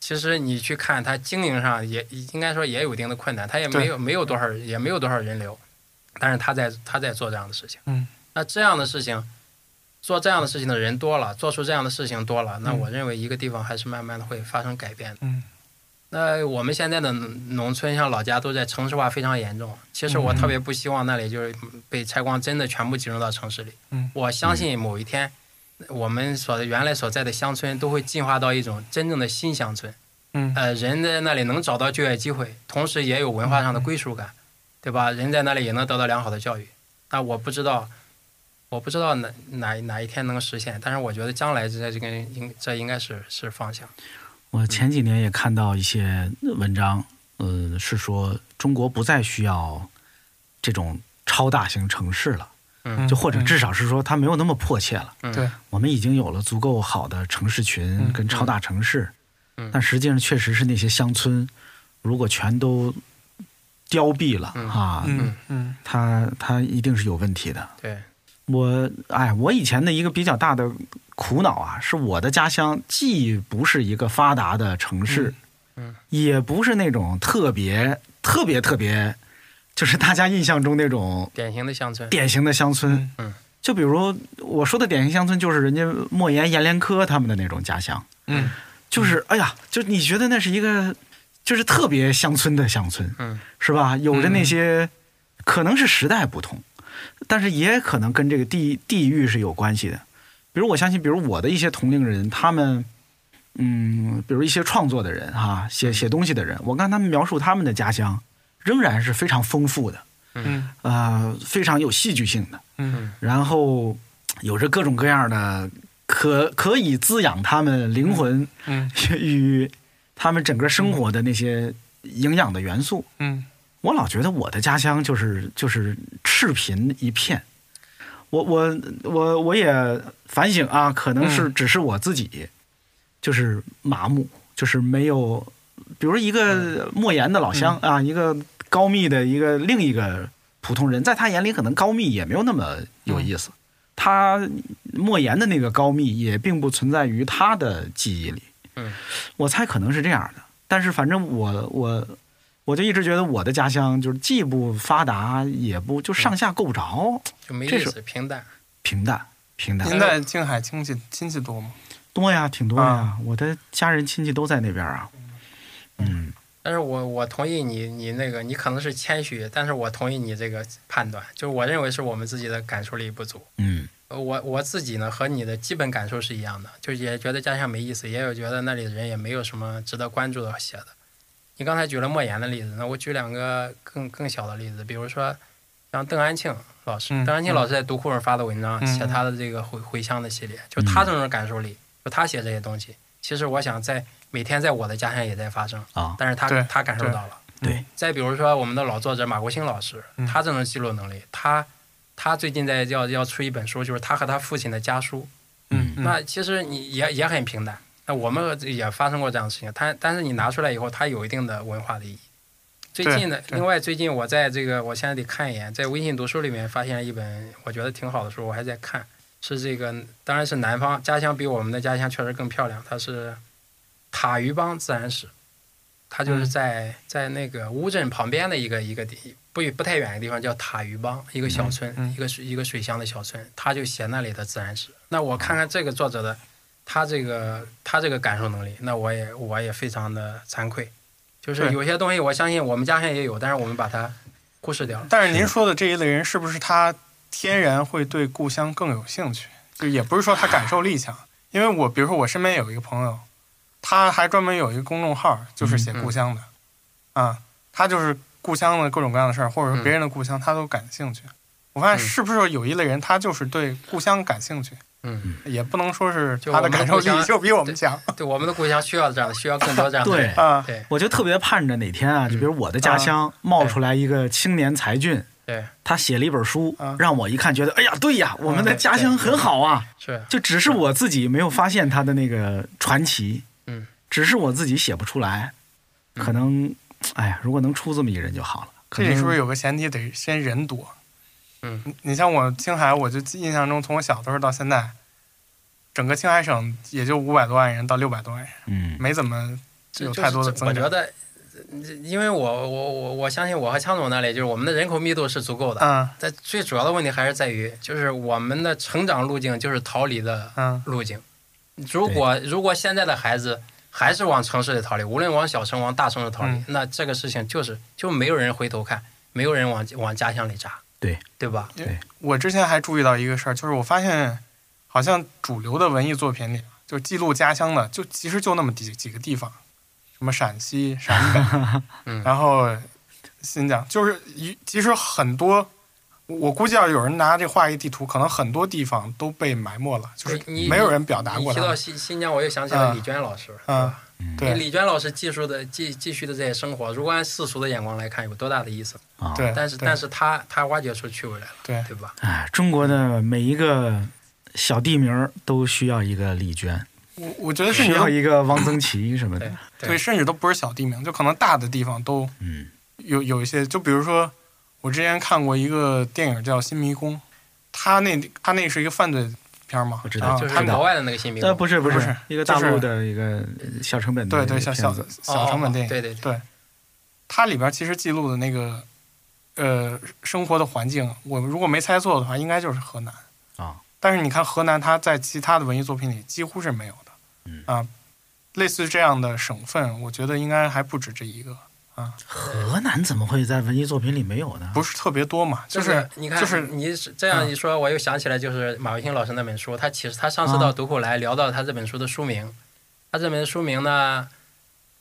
S3: 其实你去看它经营上也应该说也有一定的困难，它也
S4: 对
S3: 没有没有多少也没有多少人流，但是他在他在做这样的事情。
S4: 嗯，
S3: 那这样的事情，做这样的事情的人多了，做出这样的事情多了，那我认为一个地方还是慢慢的会发生改变的。
S4: 嗯
S3: 那我们现在的农农村，像老家都在城市化非常严重。其实我
S4: 嗯
S3: 特别不希望那里就是被拆光，真的全部集中到城市里。
S4: 嗯
S3: 我相信某一天，我们所原来所在的乡村都会进化到一种真正的新乡村。
S4: 嗯
S3: 呃，人在那里能找到就业机会，同时也有文化上的归属感，对吧？人在那里也能得到良好的教育。那我不知道，我不知道哪哪哪一天能实现，但是我觉得将来这这个应这应该是是方向。
S2: 我前几年也看到一些文章，呃，是说中国不再需要这种超大型城市了，
S4: 嗯，
S2: 就或者至少是说它没有那么迫切了。
S3: 嗯
S4: 对，
S2: 我们已经有了足够好的城市群
S4: 嗯
S2: 跟超大城市，
S3: 嗯
S2: 但实际上确实是那些乡村，如果全都凋敝了、
S3: 嗯
S2: 啊，
S4: 嗯嗯
S2: 它它一定是有问题的。
S3: 对，
S2: 我哎，我以前的一个比较大的苦恼啊，是我的家乡既不是一个发达的城市，
S3: 嗯嗯
S2: 也不是那种特别特别特别，就是大家印象中那种
S3: 典型的乡村。
S2: 典型的乡村。
S4: 嗯
S3: 嗯
S2: 就比如我说的典型乡村，就是人家莫言、阎连科他们的那种家乡，
S4: 嗯
S2: 就是哎呀，就你觉得那是一个。就是特别乡村的乡村，
S3: 嗯，
S2: 是吧？有着那些，可能是时代不同，但是也可能跟这个地地域是有关系的。比如我相信，比如我的一些同龄人，他们，嗯，比如一些创作的人哈、写写东西的人，我看他们描述他们的家乡，仍然是非常丰富的，
S4: 嗯
S2: 呃，非常有戏剧性的，
S4: 嗯
S2: 然后有着各种各样的可可以滋养他们灵魂
S4: 嗯
S2: 与他们整个生活的那些营养的元素。
S4: 嗯
S2: 我老觉得我的家乡就是就是赤贫一片。我我我我也反省啊，可能是
S4: 嗯
S2: 只是我自己，就是麻木，就是没有，比如一个莫言的老乡、啊，一个高密的一个另一个普通人，在他眼里可能高密也没有那么有意思，他莫言的那个高密也并不存在于他的记忆里，
S3: 嗯，
S2: 我猜可能是这样的，但是反正我我我就一直觉得我的家乡就是既不发达，也不就上下够不着，
S3: 就没
S2: 这
S3: 意
S2: 是
S3: 思，平淡。
S2: 平淡平淡。
S4: 您在静海亲戚亲戚多吗？
S2: 多呀，挺多呀，
S4: 啊
S2: 我的家人亲戚都在那边啊。嗯，
S3: 但是我我同意你，你那个你可能是谦虚，但是我同意你这个判断，就是我认为是我们自己的感受力不足。
S2: 嗯，
S3: 呃我我自己呢和你的基本感受是一样的，就也觉得家乡没意思，也有觉得那里的人也没有什么值得关注的写的。你刚才举了莫言的例子，那我举两个更更小的例子，比如说像邓安庆老师，
S4: 嗯
S3: 邓安庆老师在读库上发的文章，
S4: 嗯
S3: 写他的这个回回乡的系列，就他这种感受力，就他写这些东西，其实我想在每天在我的家乡也在发生，
S2: 啊，
S3: 但是他
S4: 对
S3: 他感受到了。
S2: 对，
S3: 再比如说我们的老作者马国兴老师，
S4: 嗯
S3: 他这种记录能力，他他最近在要要出一本书，就是他和他父亲的家书。
S2: 嗯
S4: 嗯
S3: 那其实你也也很平淡，那我们也发生过这样的事情，但但是你拿出来以后，它有一定的文化的意义。最近的，
S4: 对
S3: 另外最近我在这个，我现在得看一眼，在微信读书里面发现了一本我觉得挺好的书，我还在看，是这个，当然是南方家乡比我们的家乡确实更漂亮，它是塔鱼帮自然史，它就是
S4: 嗯
S3: 在、在那个乌镇旁边的一个一个地不不太远的地方叫塔鱼帮，一个小村，
S4: 嗯嗯
S3: 一个水一个水乡的小村，他就写那里的自然史。那我看看这个作者的他这个他这个感受能力，那我也我也非常的惭愧，就是
S4: 对
S3: 有些东西我相信我们家乡也有，但是我们把它忽视掉了。
S4: 但是您说的这一类人，是不是他天然会对故乡更有兴趣？就也不是说他感受力强，因为我比如说我身边有一个朋友，他还专门有一个公众号，就是写故乡的，
S3: 嗯
S4: 啊，他就是故乡的各种各样的事儿，或者说别人的故乡，他都感兴趣。我发现
S3: 嗯
S4: 是不是有一类人，他就是对故乡感兴趣，
S3: 嗯，
S4: 也不能说是
S3: 就
S4: 他
S3: 我们的
S4: 感受
S3: 故乡
S4: 力就比我们强
S3: 对，我们的故乡需要这样的，需要更多这样的人。
S4: 啊。
S3: 对
S2: 我就特别盼着哪天啊，就比如我的家乡冒出来一个青年才俊，
S3: 对，
S2: 他写了一本书
S4: 啊，
S2: 让我一看觉得，哎呀，对呀，我们的家乡很好啊，
S3: 是
S2: 就只是我自己没有发现他的那个传奇，
S3: 嗯，
S2: 只是我自己写不出来，
S3: 嗯
S2: 可能，哎呀，如果能出这么一人就好了。可
S4: 这里
S2: 能
S4: 是不是有个前提得先人多？
S3: 嗯
S4: 你，你像我青海，我就印象中从我小的时候到现在，整个青海省也就五百多万人到六百多万人，
S2: 嗯
S4: 没怎么有太多的增
S3: 我觉
S4: 长。
S3: 得，因为我我我我相信我和强总那里就是我们的人口密度是足够的，
S4: 嗯
S3: 但最主要的问题还是在于，就是我们的成长路径就是逃离的
S4: 嗯
S3: 路径。如果如果现在的孩子还是往城市里逃离，无论往小城往大城市逃离，
S4: 嗯
S3: 那这个事情就是就没有人回头看，没有人往往家乡里扎，
S2: 对
S3: 对吧？
S4: 我之前还注意到一个事儿，就是我发现好像主流的文艺作品里，就记录家乡的，就其实就那么几几个地方，什么陕西、陕北，
S3: 嗯
S4: 然后新疆，就是一其实很多。我估计要有人拿这画一地图，可能很多地方都被埋没了，就是
S3: 你
S4: 没有人表达
S3: 你
S4: 过
S3: 提
S4: 它
S3: 到
S4: 们。
S3: 新新疆，我又想起了
S4: 嗯
S3: 李娟老师，
S4: 嗯
S3: 对
S4: 对
S3: 吧李娟老师技术的继继续的这些生活，如果按世俗的眼光来看，有多大的意思？
S2: 啊，
S4: 对，
S3: 但是
S4: 对
S3: 但是他他挖掘出趣味来了，
S4: 对
S3: 对吧？
S2: 哎，中国的每一个小地名儿都需要一个李娟，
S4: 我我觉得甚
S2: 需
S4: 至都
S2: 要一个王增奇什么的
S3: 对。
S4: 对，甚至都不是小地名，就可能大的地方都
S2: 嗯
S4: 有有一些，就比如说我之前看过一个电影叫《新迷宫》，它那它那是一个犯罪片嘛，啊
S2: 我知道
S4: 然后
S3: 就是
S4: 它那
S3: 国外的那个新民
S2: 呃，不是不
S4: 不
S2: 是
S4: 是，
S2: 一个
S4: 就
S2: 大陆
S4: 是
S2: 的一个小成本的
S4: 对
S2: 一
S4: 对
S2: 个
S4: 小
S2: 片
S4: 小
S2: 子
S4: 小成本电影，
S3: 哦对对对
S4: 对，它里边其实记录的那个呃生活的环境，我如果没猜错的话，应该就是河南。
S2: 啊，
S4: 但是你看河南，它在其他的文艺作品里几乎是没有的。
S2: 嗯
S4: 啊，类似这样的省份，我觉得应该还不止这一个，
S2: 河南怎么会在文艺作品里没有呢？
S4: 不是特别多嘛。就是
S3: 你看，
S4: 就是嗯
S3: 你是这样一说，我又想起来，就是马维新老师那本书，他其实他上
S4: 嗯
S3: 次到读库来聊到他这本书的书名，他这本书名呢，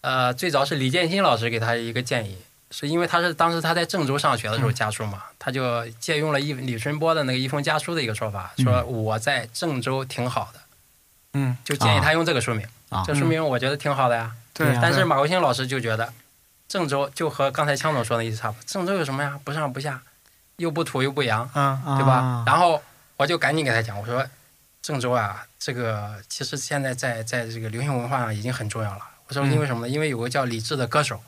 S3: 呃，最早是李建新老师给他一个建议，是因为他是当时他在郑州上学
S4: 嗯
S3: 的时候家书嘛，他就借用了一李春波的那个一封家书的一个说法，说我在郑州挺好的，
S4: 嗯，
S3: 就建议他用这个书名，
S2: 啊
S3: 这书名我觉得挺好的呀。
S4: 对
S2: 对，
S3: 啊但是
S4: 对
S3: 马国兴老师就觉得，郑州就和刚才枪总说的意思差不多，郑州有什么呀？不上不下，又不土又不洋，
S4: 嗯
S2: 啊
S3: 对吧？然后我就赶紧给他讲，我说郑州啊，这个其实现在在在这个流行文化上已经很重要了。我说
S4: 嗯
S3: 因为什么呢？因为有个叫李志的歌手，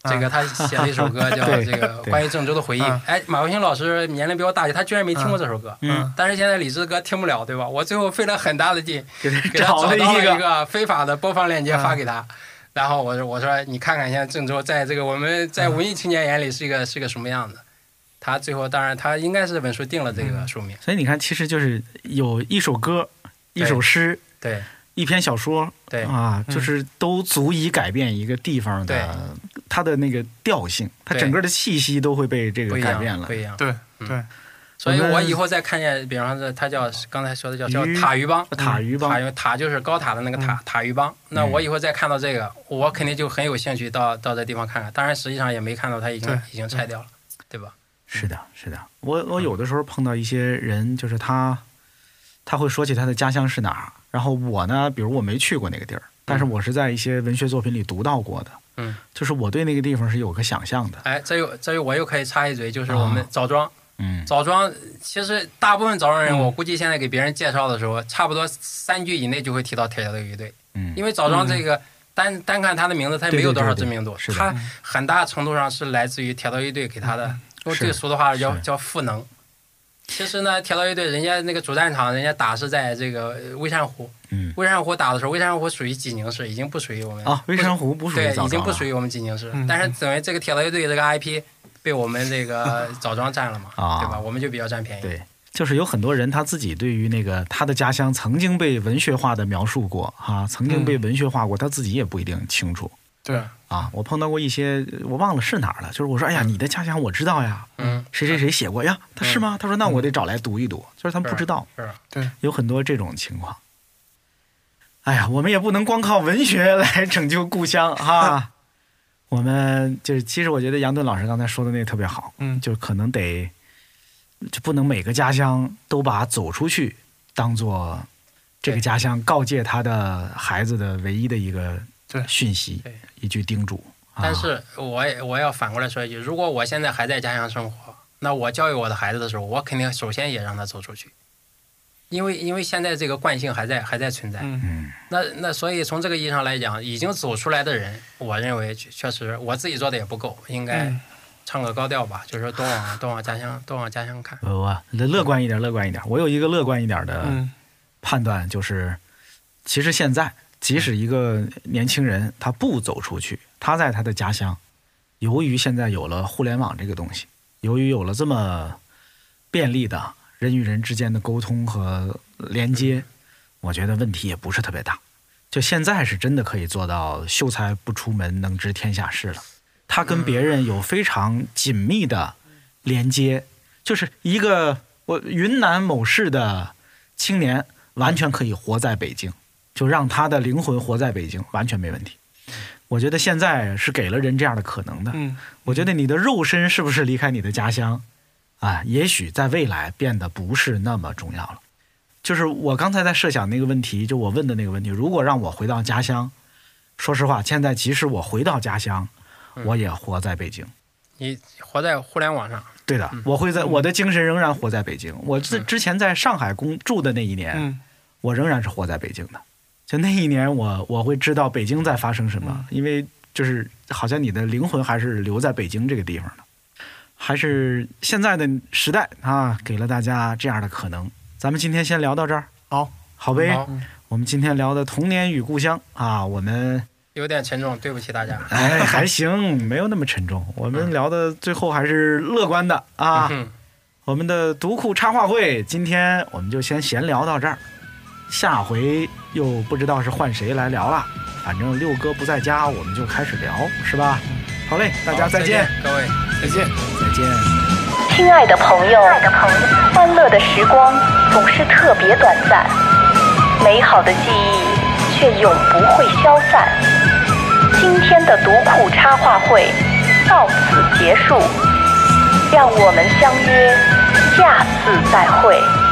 S4: 啊
S3: 这个他写了一首 歌叫
S2: 对
S3: 这个
S2: 对
S3: 关于郑州的回忆
S4: 啊。
S3: 哎，马国兴老师年龄比我大一些，他居然没听过这首歌。
S2: 嗯，
S3: 但是现在李志的歌听不了，对吧？我最后费了很大的劲，
S2: 给他
S3: 给他
S2: 找
S3: 找到
S2: 了
S3: 了
S2: 一
S3: 一
S2: 个，啊
S3: 个非法的播放链接发给他，然后我说我说你看看现在郑州在这个我们
S2: 啊
S3: 在文艺青年眼里是一个是个什么样子？他最后当然他应该是这本书定了这个书名，
S2: 所以你看，其实就是有一首歌、一首诗、
S3: 对
S2: 一篇小说
S3: 对
S2: 啊，
S4: 嗯
S2: 就是都足以改变一个地方的它的那个调性，它
S3: 对
S2: 整个的气息都会被这
S3: 不
S2: 个
S3: 一
S2: 改
S3: 样
S2: 变了
S3: 不。一样。
S4: 对
S3: 嗯
S4: 对，
S3: 所以
S2: 我们
S3: 我以后再看见，比方说他叫刚才说的叫叫
S2: 鱼
S3: 塔鱼帮，
S2: 塔鱼帮嗯
S3: 塔鱼塔就是高塔的那个塔塔鱼帮。那我以后再看到这个，我肯定就很有兴趣到到这地方看看。当然实际上也没看到，他已经
S4: 对
S3: 已经拆掉了，对吧？
S2: 是
S3: 嗯
S2: 的，是的，我我有的时候碰到一些人，就是他他会说起他的家乡是哪儿，然后我呢，比如我没去过那个地儿，但是我是在一些文学作品里读到过的，
S3: 嗯，
S2: 就是我对那个地方是有个想象的，
S3: 哎，这又这又我又可以插一嘴，就是我们
S2: 啊
S3: 枣庄。
S2: 嗯，
S3: 枣庄其实大部分枣庄人，我估计现在给别人介绍的时候，差不多三句以内就会提到铁桥的乐队，
S2: 嗯
S3: 因为枣庄这个单单看它的名字，它也没有多少知名度
S2: 对对对对是，的
S3: 它很大程度上是来自于铁道乐队给它的，用最俗的话叫
S2: 嗯是
S3: 叫赋能。其实呢，铁道乐队人家那个主战场，人家打是在这个呃微山湖，
S2: 嗯，
S3: 微山湖打的时候，微山湖属于济宁市，已经不属于我们
S2: 啊，微山湖不属于
S3: 对，
S2: 枣
S3: 已经
S2: 庄啊
S3: 不属
S2: 了
S3: 于我们济宁市
S4: 嗯，
S3: 但是等于这个铁道乐队这个 IP 被我们这个枣庄占了嘛，
S2: 啊
S3: 对吧？我们就比较占便宜。
S2: 对。就是有很多人他自己对于那个他的家乡曾经被文学化的描述过哈、曾经被文学化过，他自己也不一定清楚
S4: 对，
S2: 啊。我碰到过一些我忘了是哪儿了，就是我说哎呀，你的家乡我知道呀，
S3: 嗯，
S2: 谁谁谁写过呀？他是吗？他说那我得找来读一读，就是他们不知道，
S3: 是
S4: 嗯
S2: 有很多这种情况。哎呀，我们也不能光靠文学来拯救故乡哈。我们就是，其实我觉得杨顿老师刚才说的那个特别好，
S4: 嗯
S2: 就可能得就不能每个家乡都把走出去当做这个
S3: 对
S2: 家乡告诫他的孩子的唯一的一个
S4: 对
S2: 讯息
S3: 对，
S2: 一句叮嘱。啊
S3: 但是我也我要反过来说一句，如果我现在还在家乡生活，那我教育我的孩子的时候，我肯定首先也让他走出去，因为因为现在这个惯性还在还在存在。
S4: 嗯
S2: 嗯，
S3: 那那所以从这个意义上来讲，已经走出来的人，我认为确确实我自己做的也不够，应该
S4: 嗯
S3: 唱个高调吧，就是说多往多往家乡多往家乡看。
S2: 我呃我乐观一点，乐观一点。我有一个乐观一点的，
S4: 嗯
S2: 判断就是，其实现在即使一个年轻人他不走出去，他在他的家乡，由于现在有了互联网这个东西，由于有了这么便利的人与人之间的沟通和连接，我觉得问题也不是特别大。就现在是真的可以做到秀才不出门，能知天下事了。他跟别人有非常紧密的连接，就是一个我云南某市的青年完全可以活在北京，就让他的灵魂活在北京，完全没问题。我觉得现在是给了人这样的可能的。
S4: 嗯，
S2: 我觉得你的肉身是不是离开你的家乡，啊，也许在未来变得不是那么重要了。就是我刚才在设想那个问题，就我问的那个问题，如果让我回到家乡，说实话，现在即使我回到家乡，我也活在北京。
S3: 你活在互联网上，
S2: 对的，我会在我的精神仍然活在北京。我之之前在上海工住的那一年，
S4: 嗯
S2: 我仍然是活在北京的。就那一年我，我会知道北京在发生什么，因为就是好像你的灵魂还是留在北京这个地方的，还是现在的时代啊，给了大家这样的可能。咱们今天先聊到这儿，
S4: 好，
S2: 好呗。
S3: 好
S2: 我们今天聊的童年与故乡啊，我们
S3: 有点沉重，对不起大家。
S2: 哎还行，没有那么沉重。我们聊的最后还是乐观的啊。
S3: 嗯，
S2: 我们的读库插画会，今天我们就先闲聊到这儿，下回又不知道是换谁来聊了。反正六哥不在家，我们就开始聊，是吧？好嘞，大家
S3: 好
S2: 再
S3: 再见
S2: 见，，
S3: 各位。
S4: 再见。
S2: 再见。
S1: 亲爱的朋友，欢乐的时光总是特别短暂，美好的记忆却永不会消散。今天的读库插画会到此结束，让我们相约下次再会。